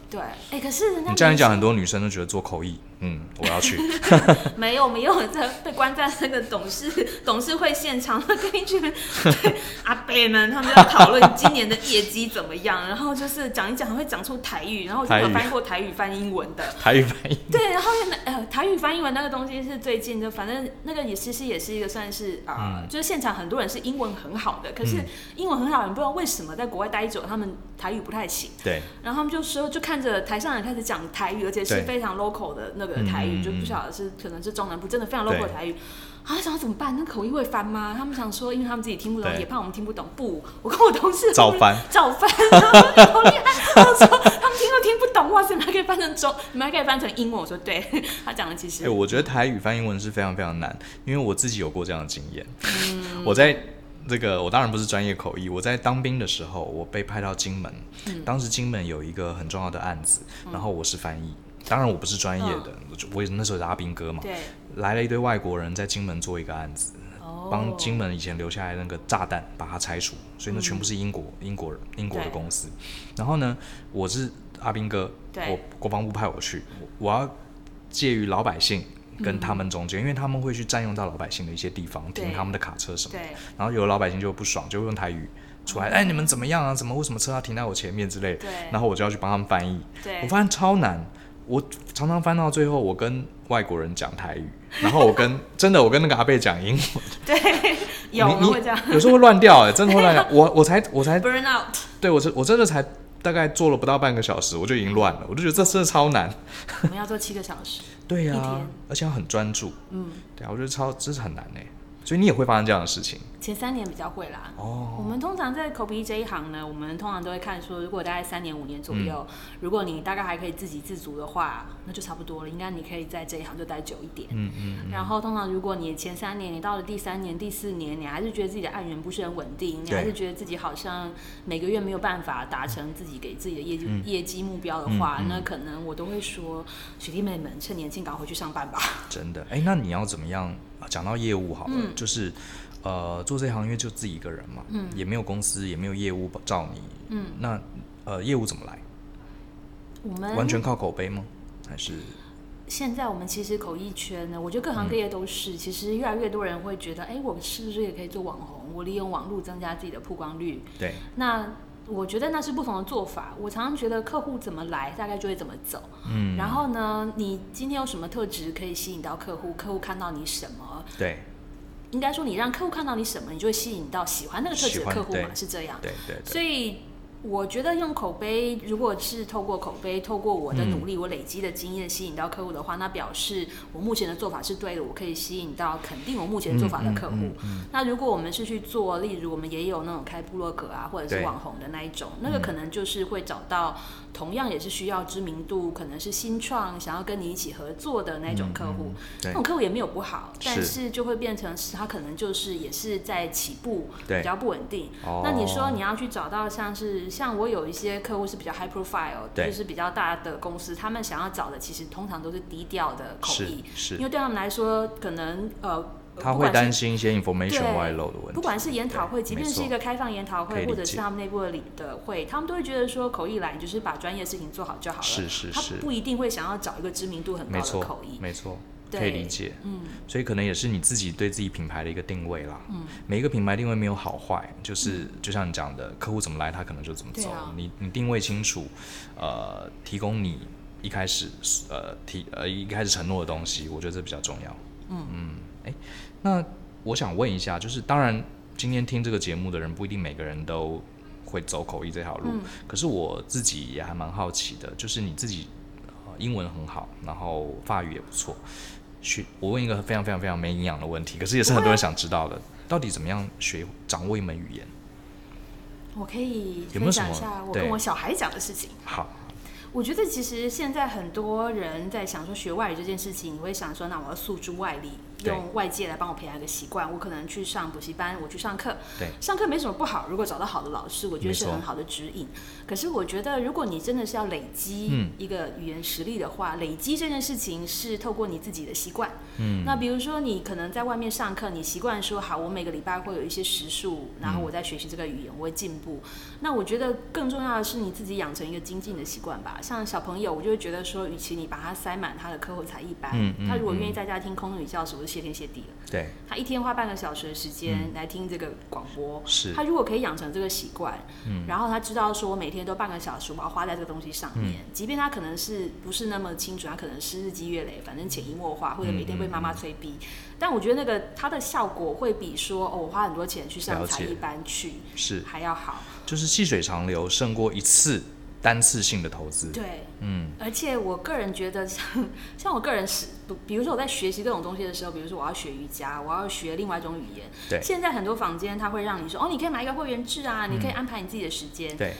[SPEAKER 2] 对，哎，可是人家
[SPEAKER 1] 你这样一讲，
[SPEAKER 2] 明
[SPEAKER 1] 很多女生都觉得做口译，嗯，我要去。
[SPEAKER 2] 星没有没有在被关在那个董事 董事会现场，跟一群对阿伯们，他们在讨论今年的业绩怎么样，然后就是讲一讲会讲出台语，然后我就没
[SPEAKER 1] 台
[SPEAKER 2] 有
[SPEAKER 1] 语
[SPEAKER 2] 翻过台语翻英文的，
[SPEAKER 1] 台语翻译，
[SPEAKER 2] 对，然后那呃，台语翻英文那个东西是最近的，反正那个也其实也是一个算是啊、呃就是现场很多人是英文很好的，可是英文很好的人不知道为什么在国外待久了，他们台语不太行，
[SPEAKER 1] 对，
[SPEAKER 2] 然后他们就说就看着台上人开始讲台语，而且是
[SPEAKER 1] 对
[SPEAKER 2] 非常 local 的那个台语，
[SPEAKER 1] 嗯
[SPEAKER 2] 就不晓得是可能是中南部真的非常 local 的
[SPEAKER 1] 对
[SPEAKER 2] 台语。啊，想要怎么办？那口音会翻吗？他们想说，因为他们自己听不懂，
[SPEAKER 1] 对
[SPEAKER 2] 也怕我们听不懂。不，我跟我同 事
[SPEAKER 1] 照翻，
[SPEAKER 2] 照 翻，然后我说好厉害。他们说他们听都听不懂，哇塞，你们还可以翻成中，你们还可以翻成英文。我说对， 他讲的其
[SPEAKER 1] 哎、
[SPEAKER 2] 实
[SPEAKER 1] 我觉得台语翻英文是非常非常难，因为我自己有过这样的经验。我在这个，我当然不是专业口译，我在当兵的时候，我被派到金门，当时金门有一个很重要的案子，然后我是翻译，当然我不是专业的，我就我也那时候是阿兵哥嘛，
[SPEAKER 2] 对，
[SPEAKER 1] 来了一堆外国人在金门做一个案子，
[SPEAKER 2] 哦
[SPEAKER 1] 帮金门以前留下来的那个炸弹把它拆除，所以那全部是英国、英国人、英国的
[SPEAKER 2] 对
[SPEAKER 1] 公司。然后呢，我是阿兵哥，
[SPEAKER 2] 对
[SPEAKER 1] 我国防部派我去，我我要介于老百姓跟他们中间，因为他们会去占用到老百姓的一些地方，
[SPEAKER 2] 嗯对
[SPEAKER 1] 停他们的卡车什么的。
[SPEAKER 2] 对嗯
[SPEAKER 1] 然后有的老百姓就不爽，就用台语出来，哎，你们怎么样啊？怎么为什么车要停在我前面之类的？
[SPEAKER 2] 对
[SPEAKER 1] 然后我就要去帮他们翻译。
[SPEAKER 2] 对，
[SPEAKER 1] 我发现超难，我常常翻到最后，我跟外国人讲台语，然后我 跟真的我跟那个阿贝讲英文，
[SPEAKER 2] 对，有
[SPEAKER 1] 你
[SPEAKER 2] 我
[SPEAKER 1] 你
[SPEAKER 2] 会这样
[SPEAKER 1] 有时候会乱掉哎、真的会 乱掉。我我才我才
[SPEAKER 2] burn out。
[SPEAKER 1] 对我真我真的才大概做了不到半个小时，我就已经乱了，我就觉得这真的超难。
[SPEAKER 2] 我们要做七个小时，
[SPEAKER 1] 对呀、
[SPEAKER 2] 一天
[SPEAKER 1] 而且要很专注。
[SPEAKER 2] 嗯，
[SPEAKER 1] 对啊，我觉得超这是很难哎、所以你也会发生这样的事情
[SPEAKER 2] 前三年比较会啦。
[SPEAKER 1] 哦。
[SPEAKER 2] 我们通常在口笔这一行呢，我们通常都会看说，如果大概三年五年左右，
[SPEAKER 1] 嗯
[SPEAKER 2] 如果你大概还可以自给自足的话，那就差不多了。应该你可以在这一行就待久一点。
[SPEAKER 1] 嗯嗯，
[SPEAKER 2] 然后通常如果你前三年，你到了第三年、第四年，你还是觉得自己的案源不是很稳定，你
[SPEAKER 1] 对
[SPEAKER 2] 还是觉得自己好像每个月没有办法达成自己给自己的业绩、
[SPEAKER 1] 嗯
[SPEAKER 2] 业绩目标的话，那可能我都会说，学弟妹们趁年轻赶快回去上班吧。
[SPEAKER 1] 真的哎、那你要怎么样？啊讲到业务好了，
[SPEAKER 2] 嗯
[SPEAKER 1] 就是呃做这行因为就自己一个人嘛，嗯，也没有公司，也没有业务罩你，嗯，那呃业务怎么来？
[SPEAKER 2] 我们
[SPEAKER 1] 完全靠口碑吗？还是
[SPEAKER 2] 现在我们其实口译圈呢，我觉得各行各
[SPEAKER 1] 嗯
[SPEAKER 2] 业都是，其实越来越多人会觉得，哎，我是不是也可以做网红？我利用网络增加自己的曝光率。
[SPEAKER 1] 对
[SPEAKER 2] 那我觉得那是不同的做法。我常常觉得客户怎么来，大概就会怎么走。嗯，然后呢，你今天有什么特质可以吸引到客户？客户看到你什么？
[SPEAKER 1] 对
[SPEAKER 2] 应该说你让客户看到你什么，你就会吸引到喜欢那个特质
[SPEAKER 1] 喜
[SPEAKER 2] 的
[SPEAKER 1] 欢
[SPEAKER 2] 客户嘛，
[SPEAKER 1] 对
[SPEAKER 2] 是这样。
[SPEAKER 1] 对对对，
[SPEAKER 2] 所以我觉得用口碑，如果是透过口碑，透过我的努力，我累积的经验吸引到客户的话，那表示我目前的做法是对的，我可以吸引到肯定我目前做法的客户。
[SPEAKER 1] 嗯
[SPEAKER 2] 那如果我们是去做，例如我们也有那种开部落格啊，或者
[SPEAKER 1] 对
[SPEAKER 2] 是网红的那一种，那个可
[SPEAKER 1] 嗯
[SPEAKER 2] 能就是会找到同样也是需要知名度，可能是新创想要跟你一起合作的那种客户。
[SPEAKER 1] 对
[SPEAKER 2] 那种客户也没有不好，
[SPEAKER 1] 嗯
[SPEAKER 2] 但
[SPEAKER 1] 是
[SPEAKER 2] 是就会变成是他可能就是也是在起步，
[SPEAKER 1] 对
[SPEAKER 2] 比较不稳定。
[SPEAKER 1] 哦
[SPEAKER 2] 那你说你要去找到像是像我有一些客户是比较 high profile，
[SPEAKER 1] 对
[SPEAKER 2] 就是比较大的公司，他们想要找的其实通常都是低调的口
[SPEAKER 1] 是
[SPEAKER 2] 译，因
[SPEAKER 1] 是，
[SPEAKER 2] 为对他们来说可能呃，
[SPEAKER 1] 他
[SPEAKER 2] 不
[SPEAKER 1] 会
[SPEAKER 2] 管是
[SPEAKER 1] 担心一些 information
[SPEAKER 2] 对
[SPEAKER 1] 外露的问
[SPEAKER 2] 不
[SPEAKER 1] 题，
[SPEAKER 2] 管是研讨会，
[SPEAKER 1] 对
[SPEAKER 2] 即便
[SPEAKER 1] 没错
[SPEAKER 2] 是一个开放研讨
[SPEAKER 1] 可以
[SPEAKER 2] 会，
[SPEAKER 1] 理解
[SPEAKER 2] 或者是他们内部的理的会，他们都会觉得说口译来你就是把专业事情做好就好了，
[SPEAKER 1] 是是
[SPEAKER 2] 他
[SPEAKER 1] 是
[SPEAKER 2] 不一定会想要找一个知名度很高
[SPEAKER 1] 没
[SPEAKER 2] 的
[SPEAKER 1] 错
[SPEAKER 2] 口译，
[SPEAKER 1] 没错，
[SPEAKER 2] 对
[SPEAKER 1] 可以理解。
[SPEAKER 2] 嗯，
[SPEAKER 1] 所以可能也是你自己对自己品牌的一个定位啦。嗯，每一个品牌定位没有好坏，就是、就像你讲的，客户怎么来，他可能就怎么走。
[SPEAKER 2] 对啊
[SPEAKER 1] 你你定位清楚，呃，提供你一开始呃提呃一开始承诺的东西，我觉得这比较重要。嗯嗯，哎、那我想问一下，就是当然今天听这个节目的人不一定每个人都会走口译这条路，可是我自己也还蛮好奇的，就是你自己、呃、英文很好，然后法语也不错。学，我问一个非常非常非常没营养的问题，可是也是很多人想知道的，到底怎么样学掌握一门语言？
[SPEAKER 2] 我可以
[SPEAKER 1] 有没有
[SPEAKER 2] 分
[SPEAKER 1] 什
[SPEAKER 2] 享
[SPEAKER 1] 么
[SPEAKER 2] 一下我
[SPEAKER 1] 对
[SPEAKER 2] 跟我小孩讲的事情。
[SPEAKER 1] 好，
[SPEAKER 2] 我觉得其实现在很多人在想说学外语这件事情，你会想说，那我要诉诸外力，
[SPEAKER 1] 对
[SPEAKER 2] 用外界来帮我培养一个习惯。我可能去上补习班，我去上课，
[SPEAKER 1] 对
[SPEAKER 2] 上课没什么不好。如果找到好的老师，我觉得是
[SPEAKER 1] 没错
[SPEAKER 2] 很好的指引。可是我觉得，如果你真的是要累积
[SPEAKER 1] 嗯
[SPEAKER 2] 一个语言实力的话，累积这件事情是透过你自己的习惯。嗯，那比如说你可能在外面上课，你习惯说好，我每个礼拜会有一些时数，然后我在学习这个语言，我会进步。那我觉得更重要的是你自己养成一个精进的习惯吧。像小朋友，我就会觉得说，与其你把他塞满他的课后才艺班，
[SPEAKER 1] 嗯嗯
[SPEAKER 2] 他如果
[SPEAKER 1] 嗯
[SPEAKER 2] 愿意在家听空中语教室，我就谢天谢地了。
[SPEAKER 1] 对，
[SPEAKER 2] 他一天花半个小时的时
[SPEAKER 1] 嗯
[SPEAKER 2] 间来听这个广播，
[SPEAKER 1] 是嗯
[SPEAKER 2] 他如果可以养成这个习惯，然后他知道说我每天都半个小时，我要花在这个东西上面，
[SPEAKER 1] 嗯
[SPEAKER 2] 即便他可能是不是那么清楚，他可能是日积月累，反正潜移默化，或者每天被妈
[SPEAKER 1] 嗯
[SPEAKER 2] 妈催逼，但我觉得那个它的效果会比说哦我花很多钱去上
[SPEAKER 1] 了解
[SPEAKER 2] 才艺班去
[SPEAKER 1] 是，
[SPEAKER 2] 还要好。
[SPEAKER 1] 就是细水长流胜过一次单次性的投资。
[SPEAKER 2] 对，
[SPEAKER 1] 嗯，
[SPEAKER 2] 而且我个人觉得像， 像我个人是，比如说我在学习各种东西的时候，比如说我要学瑜伽，我要学另外一种语言。
[SPEAKER 1] 对
[SPEAKER 2] 现在很多房间它会让你说，哦，你可以买一个会员制啊，
[SPEAKER 1] 嗯
[SPEAKER 2] 你可以安排你自己的时间。
[SPEAKER 1] 对，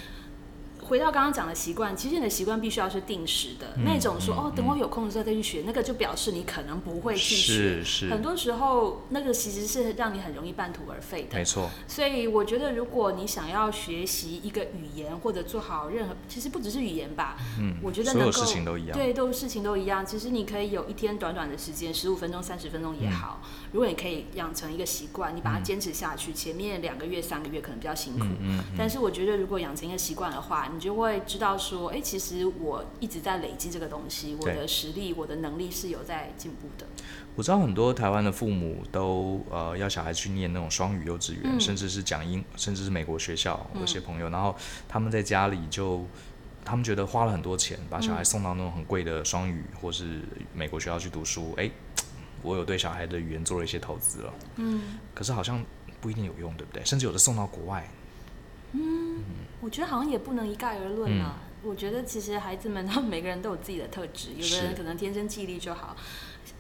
[SPEAKER 2] 回到刚刚讲的习惯，其实你的习惯必须要是定时的，
[SPEAKER 1] 嗯
[SPEAKER 2] 那种说、哦，等我有空的时候再去学，那个就表示你可能不会去学。
[SPEAKER 1] 是是，
[SPEAKER 2] 很多时候，那个其实是让你很容易半途而废的
[SPEAKER 1] 没。错，
[SPEAKER 2] 所以我觉得，如果你想要学习一个语言，或者做好任何，其实不只是语言吧，嗯，我觉得
[SPEAKER 1] 所
[SPEAKER 2] 能
[SPEAKER 1] 有事
[SPEAKER 2] 够
[SPEAKER 1] 情都一样。
[SPEAKER 2] 对，都事情都一样。其实你可以有一天短短的时间，十五分钟、三十分钟
[SPEAKER 1] 嗯
[SPEAKER 2] 也好，如果你可以养成一个习惯，你把它坚持下去，前面两个月、三个月可能比较辛苦，
[SPEAKER 1] 嗯嗯，
[SPEAKER 2] 但是我觉得如果养成一个习惯的话，你就会知道说，哎、其实我一直在累积这个东西，我
[SPEAKER 1] 对
[SPEAKER 2] 的实力、我的能力是有在进步的。
[SPEAKER 1] 我知道很多台湾的父母都呃要小孩去念那种双语幼稚园，
[SPEAKER 2] 嗯
[SPEAKER 1] 甚至是讲英，甚至是美国学校。我有些
[SPEAKER 2] 嗯
[SPEAKER 1] 朋友，然后他们在家里就，他们觉得花了很多钱把小孩
[SPEAKER 2] 嗯
[SPEAKER 1] 送到那种很贵的双语或是美国学校去读书，诶，我有对小孩的语言做了一些投资了，
[SPEAKER 2] 嗯
[SPEAKER 1] 可是好像不一定有用，对不对？甚至有的送到国外，
[SPEAKER 2] 我觉得好像也不能一概而
[SPEAKER 1] 嗯
[SPEAKER 2] 论啊。我觉得其实孩子们他们每个人都有自己的特质，有的
[SPEAKER 1] 是
[SPEAKER 2] 人可能天生记忆力就好。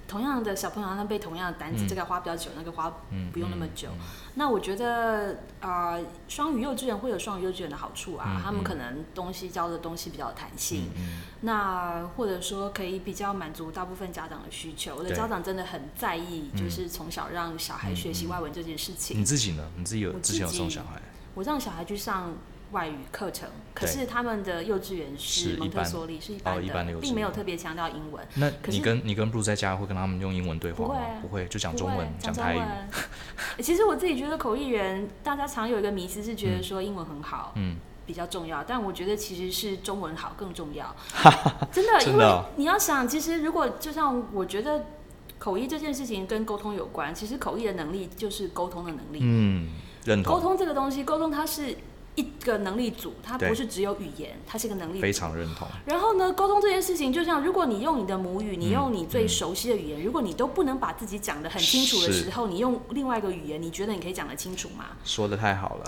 [SPEAKER 2] 同样的小朋友，他背同样的单词，
[SPEAKER 1] 嗯
[SPEAKER 2] 这个花比较久，那个花
[SPEAKER 1] 嗯，
[SPEAKER 2] 不用那么久。那我觉得，呃，双语幼稚园会有双语幼稚园的好处啊，
[SPEAKER 1] 嗯
[SPEAKER 2] 他们
[SPEAKER 1] 嗯
[SPEAKER 2] 可能东西教的东西比较有弹性，
[SPEAKER 1] 嗯嗯
[SPEAKER 2] 那或者说可以比较满足大部分家长的需求。我的
[SPEAKER 1] 对
[SPEAKER 2] 家长真的很在意，
[SPEAKER 1] 嗯
[SPEAKER 2] 就是从小让小孩学习外文这件事情。
[SPEAKER 1] 你自己呢？你自己有
[SPEAKER 2] 我
[SPEAKER 1] 之前有
[SPEAKER 2] 自己
[SPEAKER 1] 送小孩？
[SPEAKER 2] 我让小孩去上外语课程，可
[SPEAKER 1] 对
[SPEAKER 2] 是他们的幼稚园
[SPEAKER 1] 是
[SPEAKER 2] 是
[SPEAKER 1] 一
[SPEAKER 2] 蒙特
[SPEAKER 1] 般
[SPEAKER 2] 梭利，是一
[SPEAKER 1] 哦
[SPEAKER 2] 般的，
[SPEAKER 1] 一般的幼稚
[SPEAKER 2] 并没有
[SPEAKER 1] 园
[SPEAKER 2] 特别强调英文。
[SPEAKER 1] 那
[SPEAKER 2] 可
[SPEAKER 1] 你
[SPEAKER 2] 是
[SPEAKER 1] 跟你跟 Blue 在家会跟他们用英文对话
[SPEAKER 2] 不会
[SPEAKER 1] 吗
[SPEAKER 2] 啊？
[SPEAKER 1] 不会，就讲
[SPEAKER 2] 不
[SPEAKER 1] 中
[SPEAKER 2] 会
[SPEAKER 1] 文，
[SPEAKER 2] 讲中
[SPEAKER 1] 台语。
[SPEAKER 2] 文其实我自己觉得口译员，大家常有一个迷思是觉得说英文很好，
[SPEAKER 1] 嗯，
[SPEAKER 2] 比较重要，但我觉得其实是中文好更 重要。真的，
[SPEAKER 1] 真的
[SPEAKER 2] 因为
[SPEAKER 1] 哦
[SPEAKER 2] 你要想，其实如果就像我觉得口译这件事情跟沟通有关，其实口译的能力就是沟通的能力。
[SPEAKER 1] 嗯，认
[SPEAKER 2] 沟
[SPEAKER 1] 同，
[SPEAKER 2] 通这个东西，沟通它是一个能力组，它
[SPEAKER 1] 对
[SPEAKER 2] 不是只有语言，它是一个能力
[SPEAKER 1] 非
[SPEAKER 2] 组。
[SPEAKER 1] 常认同。
[SPEAKER 2] 然后呢，沟通这件事情，就像如果你用你的母语，
[SPEAKER 1] 嗯
[SPEAKER 2] 你用你最熟悉的语言，如果你都不能把自己讲得很清楚的
[SPEAKER 1] 是
[SPEAKER 2] 时候，你用另外一个语言，你觉得你可以讲得清楚吗？
[SPEAKER 1] 说的太好了，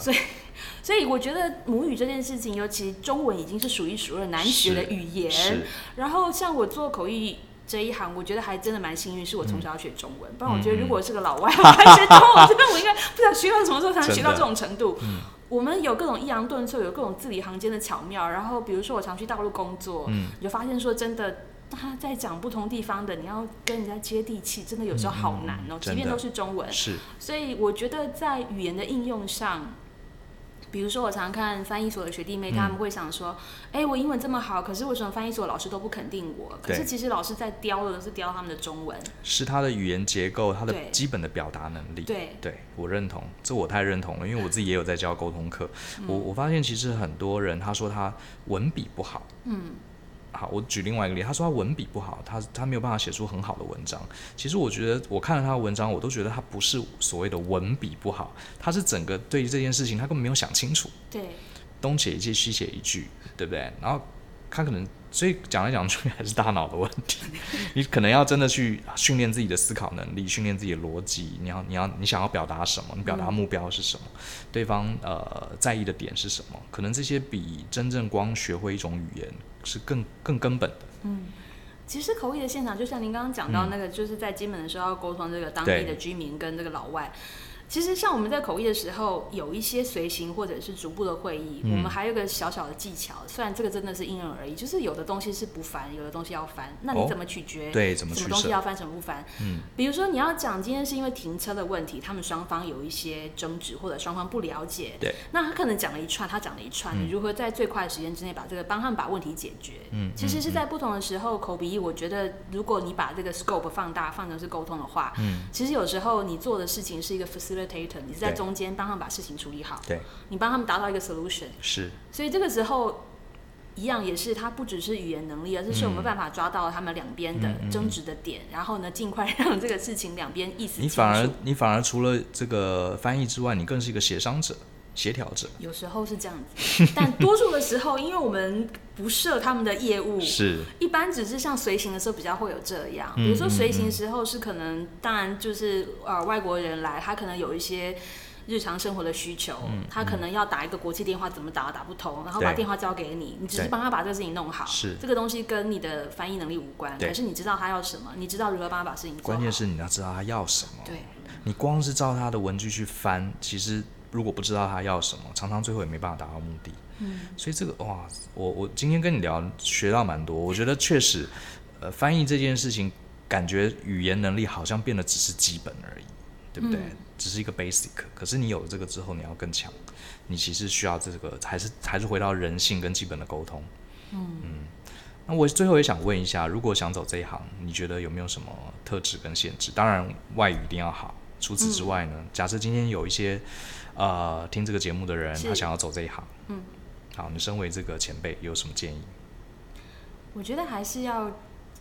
[SPEAKER 2] 所以我觉得母语这件事情，尤其中文已经是数一数二难学的语言。
[SPEAKER 1] 是
[SPEAKER 2] 然后像我做口译这一行，我觉得还真的蛮幸运，是我从小要学中文，不然我觉得如
[SPEAKER 1] 嗯
[SPEAKER 2] 果我是个老外，我还学中文，我觉得我应该不知道学到什么时候才能学到这种程度。
[SPEAKER 1] 嗯
[SPEAKER 2] 我们有各种抑扬顿挫，有各种字里行间的巧妙。然后比如说我常去大陆工作，
[SPEAKER 1] 嗯
[SPEAKER 2] 你就发现说真的。他在讲不同地方的，你要跟人家接地气，真的有时候好难哦、
[SPEAKER 1] 嗯嗯嗯
[SPEAKER 2] 即便
[SPEAKER 1] 真的
[SPEAKER 2] 都是中文，
[SPEAKER 1] 是，
[SPEAKER 2] 所以我觉得在语言的应用上，比如说我常看翻译所的学弟妹，
[SPEAKER 1] 嗯
[SPEAKER 2] 他们会想说：“哎、我英文这么好，可是为什么翻译所老师都不肯定我？”可
[SPEAKER 1] 对
[SPEAKER 2] 是其实老师在雕的是雕他们的中文，
[SPEAKER 1] 是他的语言结构，他的
[SPEAKER 2] 对
[SPEAKER 1] 基本的表达能力。
[SPEAKER 2] 对，
[SPEAKER 1] 我认同，这我太认同了，因为我自己也有在教沟通课。
[SPEAKER 2] 嗯
[SPEAKER 1] 我我发现其实很多人他说他文笔不好，
[SPEAKER 2] 嗯，
[SPEAKER 1] 好，我举另外一个例，他说他文笔不好，他他没有办法写出很好的文章。其实我觉得我看了他的文章，我都觉得他不是所谓的文笔不好，他是整个对于这件事情他根本没有想清楚。
[SPEAKER 2] 对，
[SPEAKER 1] 东写一句，西写一句，对不对？然后他可能，所以讲来讲去还是大脑的问题。 你可能要真的去训练自己的思考能力，训练自己的逻辑。你要，你要，你想要表达什么？你表达目标是什么？对方呃在意的点是什么？可能这些比真正光学会一种语言是更更根本的。
[SPEAKER 2] 其实口译的现场，就像您刚刚讲到
[SPEAKER 1] 嗯
[SPEAKER 2] 那个，就是在金门的时候要沟通这个当地的居民跟这个老外。其实像我们在口译的时候，有一些随行或者是逐步的会议，
[SPEAKER 1] 嗯
[SPEAKER 2] 我们还有一个小小的技巧。虽然这个真的是因人而异，就是有的东西是不翻，有的东西要翻。那
[SPEAKER 1] 哦
[SPEAKER 2] 你怎么取决？
[SPEAKER 1] 对，怎么
[SPEAKER 2] 什么
[SPEAKER 1] 取
[SPEAKER 2] 东西
[SPEAKER 1] 舍？
[SPEAKER 2] 要翻，什么不翻。
[SPEAKER 1] 嗯，
[SPEAKER 2] 比如说你要讲今天是因为停车的问题，他们双方有一些争执，或者双方不了解。
[SPEAKER 1] 对，
[SPEAKER 2] 那他可能讲了一串，他讲了一串，你如何在最快的时间之内把这个帮他们把问题解决？
[SPEAKER 1] 嗯
[SPEAKER 2] 其实是在不同的时候口笔译，我觉得如果你把这个 scope 放大，放成是沟通的话，
[SPEAKER 1] 嗯，
[SPEAKER 2] 其实有时候你做的事情是一个 facilitator，你是在
[SPEAKER 1] 对
[SPEAKER 2] 中间帮他们把事情处理好，
[SPEAKER 1] 对，
[SPEAKER 2] 你帮他们达到一个 solution。
[SPEAKER 1] 是
[SPEAKER 2] 所以这个时候，一样也是它不只是语言能力，而是是我
[SPEAKER 1] 嗯
[SPEAKER 2] 们办法抓到他们两边
[SPEAKER 1] 嗯嗯
[SPEAKER 2] 的争执的点，然后呢，尽快让这个事情两边意思
[SPEAKER 1] 你
[SPEAKER 2] 清楚。
[SPEAKER 1] 反而你反而除了这个翻译之外，你更是一个协商者、协调者。
[SPEAKER 2] 有时候是这样子，但多数的时候，因为我们不涉他们的 业务，
[SPEAKER 1] 是，
[SPEAKER 2] 一般只是像随行的时候比较会有这样，
[SPEAKER 1] 嗯
[SPEAKER 2] 比如说随行时候是可能，当然就是呃外国人来，他可能有一些日常生活的需求，他可能要打一个国际电话，怎么打都打不通，然后把
[SPEAKER 1] 嗯对
[SPEAKER 2] 电话交给你，你只是
[SPEAKER 1] 对
[SPEAKER 2] 帮他把这个事情弄好，
[SPEAKER 1] 是
[SPEAKER 2] 这个东西跟你的翻译能力无关，
[SPEAKER 1] 对
[SPEAKER 2] 可是你知道他要什么，你知道如何帮他把事情做好，
[SPEAKER 1] 关键是你要知道他要什么。
[SPEAKER 2] 对。
[SPEAKER 1] 你光是照他的文具去翻，其实如果不知道他要什么，常常最后也没办法达到目的。嗯，所以这个哇，我我今天跟你聊学到蛮多，我觉得确实，呃，翻译这件事情，感觉语言能力好像变得只是基本而已，对不对？
[SPEAKER 2] 嗯
[SPEAKER 1] 只是一个 basic，可是你有了这个之后，你要更强，你其实需要这个，还是还是回到人性跟基本的沟通。
[SPEAKER 2] 嗯
[SPEAKER 1] 嗯那我最后也想问一下，如果想走这一行，你觉得有没有什么特质跟限制？当然，外语一定要好。除此
[SPEAKER 2] 嗯
[SPEAKER 1] 之外呢，假设今天有一些呃听这个节目的人，
[SPEAKER 2] 是
[SPEAKER 1] 他想要走这一行，
[SPEAKER 2] 嗯，
[SPEAKER 1] 好，你身为这个前辈有什么建议？
[SPEAKER 2] 我觉得还是要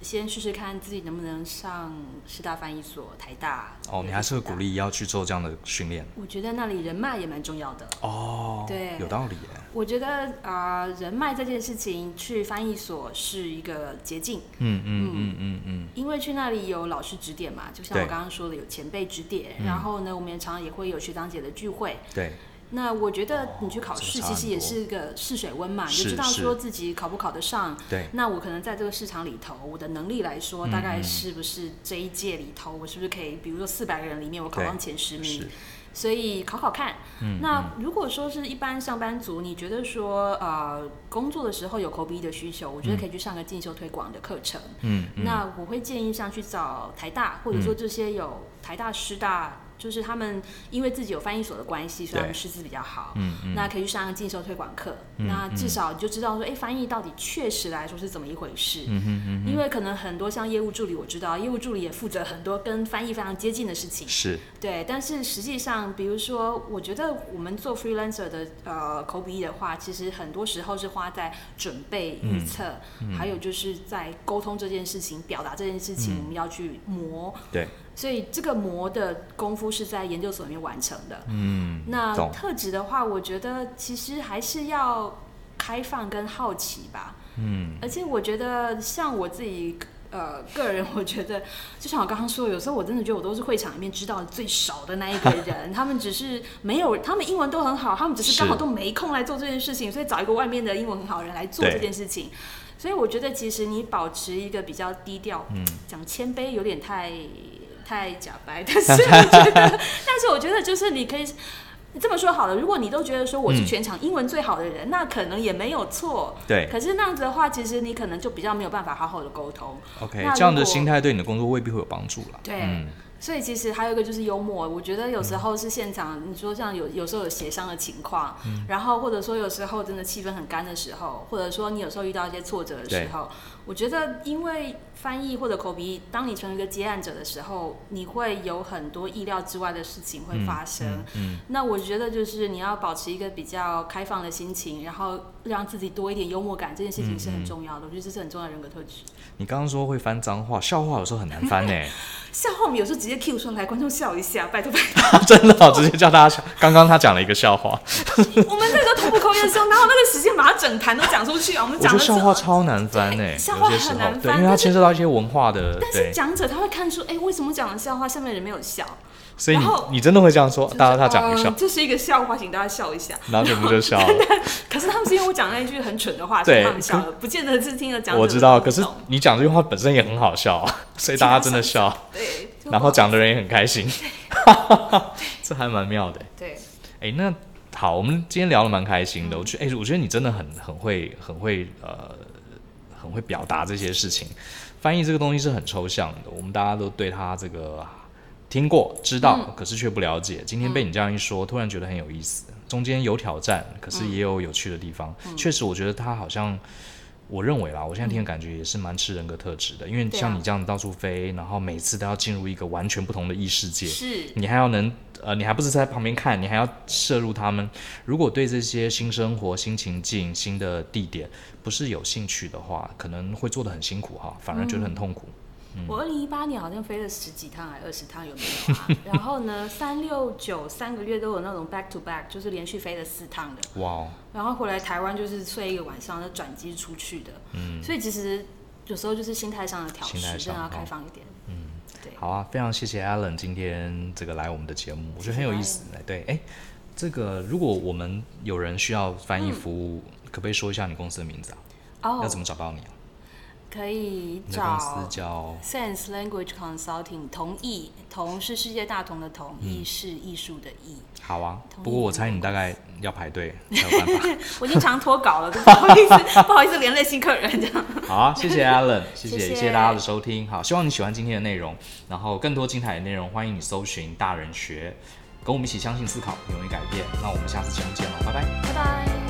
[SPEAKER 2] 先试试看自己能不能上师大翻译所、台大。
[SPEAKER 1] 哦，你还是会鼓
[SPEAKER 2] 励。
[SPEAKER 1] 励要去做这样的训练
[SPEAKER 2] 我觉得那里人脉也蛮重要的。
[SPEAKER 1] 哦，
[SPEAKER 2] 对
[SPEAKER 1] 有道理耶，
[SPEAKER 2] 我觉得啊、呃人脉这件事情去翻译所是一个捷径，
[SPEAKER 1] 嗯嗯嗯嗯嗯，
[SPEAKER 2] 因为去那里有老师指点嘛，就像
[SPEAKER 1] 对嗯
[SPEAKER 2] 我刚刚说的，有前辈指点。然后呢，我们也常常也会有学长姐的聚会。
[SPEAKER 1] 对，
[SPEAKER 2] 那我觉得你去考
[SPEAKER 1] 这个
[SPEAKER 2] 试
[SPEAKER 1] 差
[SPEAKER 2] 其
[SPEAKER 1] 很
[SPEAKER 2] 实也
[SPEAKER 1] 多
[SPEAKER 2] 是个试水温嘛，你
[SPEAKER 1] 是
[SPEAKER 2] 就知道
[SPEAKER 1] 哦是
[SPEAKER 2] 说自己考不考得上。
[SPEAKER 1] 对，
[SPEAKER 2] 那我可能在这个市场里头，我的能力来
[SPEAKER 1] 嗯
[SPEAKER 2] 说，大概是不是这一届里头，我是不是可以，比如说四百个人里面，我考上前十名
[SPEAKER 1] 是？，
[SPEAKER 2] 所以考考看。
[SPEAKER 1] 嗯
[SPEAKER 2] 那如果说是一般上班族，你觉得说呃工作的时候有口笔译的需求，我觉得可以去上个进修推广的课程。
[SPEAKER 1] 嗯嗯，
[SPEAKER 2] 那我会建议上去找台大，或者说这些有台大、师大，就是他们因为自己有翻译所的关系，所以他们
[SPEAKER 1] 对
[SPEAKER 2] 师资比较好。
[SPEAKER 1] 嗯
[SPEAKER 2] 那可以去上个进修推广课，那至少你就知道说，哎、翻译到底确实来说是怎么一回事。
[SPEAKER 1] 嗯哼嗯
[SPEAKER 2] 因为可能很多像业务助理，我知道业务助理也负责很多跟翻译非常接近的事情
[SPEAKER 1] 哼，。是，
[SPEAKER 2] 对，但是实际上，比如说，我觉得我们做 freelancer 的呃口笔译的话，其实很多时候是花在准备、预测，还有就是在沟通这件事情、表达这件事情，我们要去磨。
[SPEAKER 1] 对，
[SPEAKER 2] 所以这个磨的功夫是在研究所里面完成的。
[SPEAKER 1] 嗯，
[SPEAKER 2] 那
[SPEAKER 1] 懂
[SPEAKER 2] 特质的话，我觉得其实还是要开放跟好奇吧。
[SPEAKER 1] 嗯，
[SPEAKER 2] 而且我觉得像我自己。呃，个人我觉得，就像我刚刚说，有时候我真的觉得我都是会场里面知道最少的那一个 人，他们只是没有，他们英文都很好，他们只是
[SPEAKER 1] 是
[SPEAKER 2] 刚好都没空来做这件事情，所以找一个外面的英文很好的人来做
[SPEAKER 1] 对
[SPEAKER 2] 这件事情。所以我觉得，其实你保持一个比较低调，
[SPEAKER 1] 嗯
[SPEAKER 2] 讲谦卑有点太太假白，但 是我觉得，但是我觉得就是你可以这么说好了，如果你都觉得说我是
[SPEAKER 1] 嗯
[SPEAKER 2] 全场英文最好的人，那可能也没有错。
[SPEAKER 1] 对
[SPEAKER 2] 可是那样子的话，其实你可能就比较没有办法好好的沟通。
[SPEAKER 1] ，OK，
[SPEAKER 2] 那
[SPEAKER 1] 这样的
[SPEAKER 2] 如果
[SPEAKER 1] 心态对你的工作未必会有帮助了，
[SPEAKER 2] 对
[SPEAKER 1] 嗯，
[SPEAKER 2] 所以其实还有一个就是幽默，我觉得有时候是现场，你说像有有时候有协商的情况，然后或者说有时候真的气氛很干的时候，或者说你有时候遇到一些挫折的时候，我觉得因为翻译或者口鼻，当你成为一个接案者的时候，你会有很多意料之外的事情会发生。
[SPEAKER 1] 嗯，
[SPEAKER 2] 那我觉得就是你要保持一个比较开放的心情，然后让自己多一点幽默感，这件事情是很重要的。我觉得这是很重要的人格特质。
[SPEAKER 1] 你刚刚说会翻脏话，笑话有时候很难翻呢，
[SPEAKER 2] 笑话我们有时候直接 Q 出来，观众笑一下，拜托拜
[SPEAKER 1] 真的哦，直接叫大家笑。刚刚他讲了一个笑话，
[SPEAKER 2] 托。我们那时候同步口译的时候，哪有那个时间把它整盘都讲出去啊？我们
[SPEAKER 1] 我觉
[SPEAKER 2] 讲
[SPEAKER 1] 得
[SPEAKER 2] 了之
[SPEAKER 1] 笑话
[SPEAKER 2] 后，
[SPEAKER 1] 超难翻呢，
[SPEAKER 2] 对
[SPEAKER 1] 有
[SPEAKER 2] 笑话
[SPEAKER 1] 些时
[SPEAKER 2] 很
[SPEAKER 1] 候
[SPEAKER 2] 难翻
[SPEAKER 1] 对，因为它
[SPEAKER 2] 但是
[SPEAKER 1] 牵涉到一些文化的，
[SPEAKER 2] 但是
[SPEAKER 1] 对，
[SPEAKER 2] 讲者他会看出，哎、为什么讲的笑话下面的人没有笑？
[SPEAKER 1] 所以你
[SPEAKER 2] 然后
[SPEAKER 1] 你真的会这样说，大家他讲一
[SPEAKER 2] 就是
[SPEAKER 1] 笑
[SPEAKER 2] 呃，这是一个笑话，请大家笑一下。
[SPEAKER 1] 然后全部就 笑了。
[SPEAKER 2] 可是他们是因为我讲那一句很蠢的话，所以
[SPEAKER 1] 对
[SPEAKER 2] 他们笑了，不见得是听了讲者
[SPEAKER 1] 我知道，
[SPEAKER 2] 不
[SPEAKER 1] 可是
[SPEAKER 2] 懂
[SPEAKER 1] 你讲这句话本身也很好笑啊，所以大家真的笑，
[SPEAKER 2] 对，就
[SPEAKER 1] 然后
[SPEAKER 2] 不好
[SPEAKER 1] 讲的人也很开心， 这还蛮妙的。
[SPEAKER 2] 对，
[SPEAKER 1] 哎，那好，我们今天聊的蛮开心的。
[SPEAKER 2] 嗯
[SPEAKER 1] 我觉得，哎，我觉得你真的很很会，很会，呃，很会表达这些事情。翻译这个东西是很抽象的，我们大家都对它这个听过、知道，
[SPEAKER 2] 嗯
[SPEAKER 1] 可是却不了解。今天被你这样一说，突然觉得很有意思。中间有挑战，可
[SPEAKER 2] 嗯
[SPEAKER 1] 是也有有趣的地方。确实，我觉得它好像。我认为啦，我现在听的感觉也是蛮吃人格特质的，因为
[SPEAKER 2] 嗯对啊
[SPEAKER 1] 像你这样到处飞，然后每次都要进入一个完全不同的异世界，
[SPEAKER 2] 是
[SPEAKER 1] 你还要能呃，你还不是在旁边看，你还要摄入他们。如果对这些新生活、新情境、新的地点不是有兴趣的话，可能会做得很辛苦哈，反而觉得很痛苦。
[SPEAKER 2] 我二零一八年好像飞了十几趟还二十趟有没有啊？然后呢，三六九三个月都有那种 back to back，就是连续飞了四趟的，
[SPEAKER 1] 哇哦，
[SPEAKER 2] 然后回来台湾就是睡一个晚上，再转机出去的。嗯，所以其实有时候就是心态上的调
[SPEAKER 1] 心态上
[SPEAKER 2] 试，真的要
[SPEAKER 1] 哦
[SPEAKER 2] 开放一点。
[SPEAKER 1] 好啊，非常谢谢 Alan 今天这个来我们的节目，我觉得很有意思。对，哎，这个如果我们有人需要翻译服务，可不可以说一下你公司的名字啊？
[SPEAKER 2] 哦、
[SPEAKER 1] 要怎么找到你啊？
[SPEAKER 2] 可以
[SPEAKER 1] 你的公司
[SPEAKER 2] 找
[SPEAKER 1] 叫
[SPEAKER 2] Sense Language Consulting，同意同是世界大同的同，
[SPEAKER 1] 嗯
[SPEAKER 2] 意是艺术的艺。
[SPEAKER 1] 好啊
[SPEAKER 2] 同，意
[SPEAKER 1] 不过我猜你大概要排队才有办法。
[SPEAKER 2] 我已经常脱稿了， 不好意思，不好意思连累新客人这样。
[SPEAKER 1] 好啊、谢谢 Alan，谢谢
[SPEAKER 2] 谢谢
[SPEAKER 1] 谢大家的收听，好，希望你喜欢今天的内容，然后更多精彩的内容，欢迎你搜寻“大人学”，跟我们一起相信、思考，勇于改变。那我们下次节目见了，拜拜。
[SPEAKER 2] 拜拜。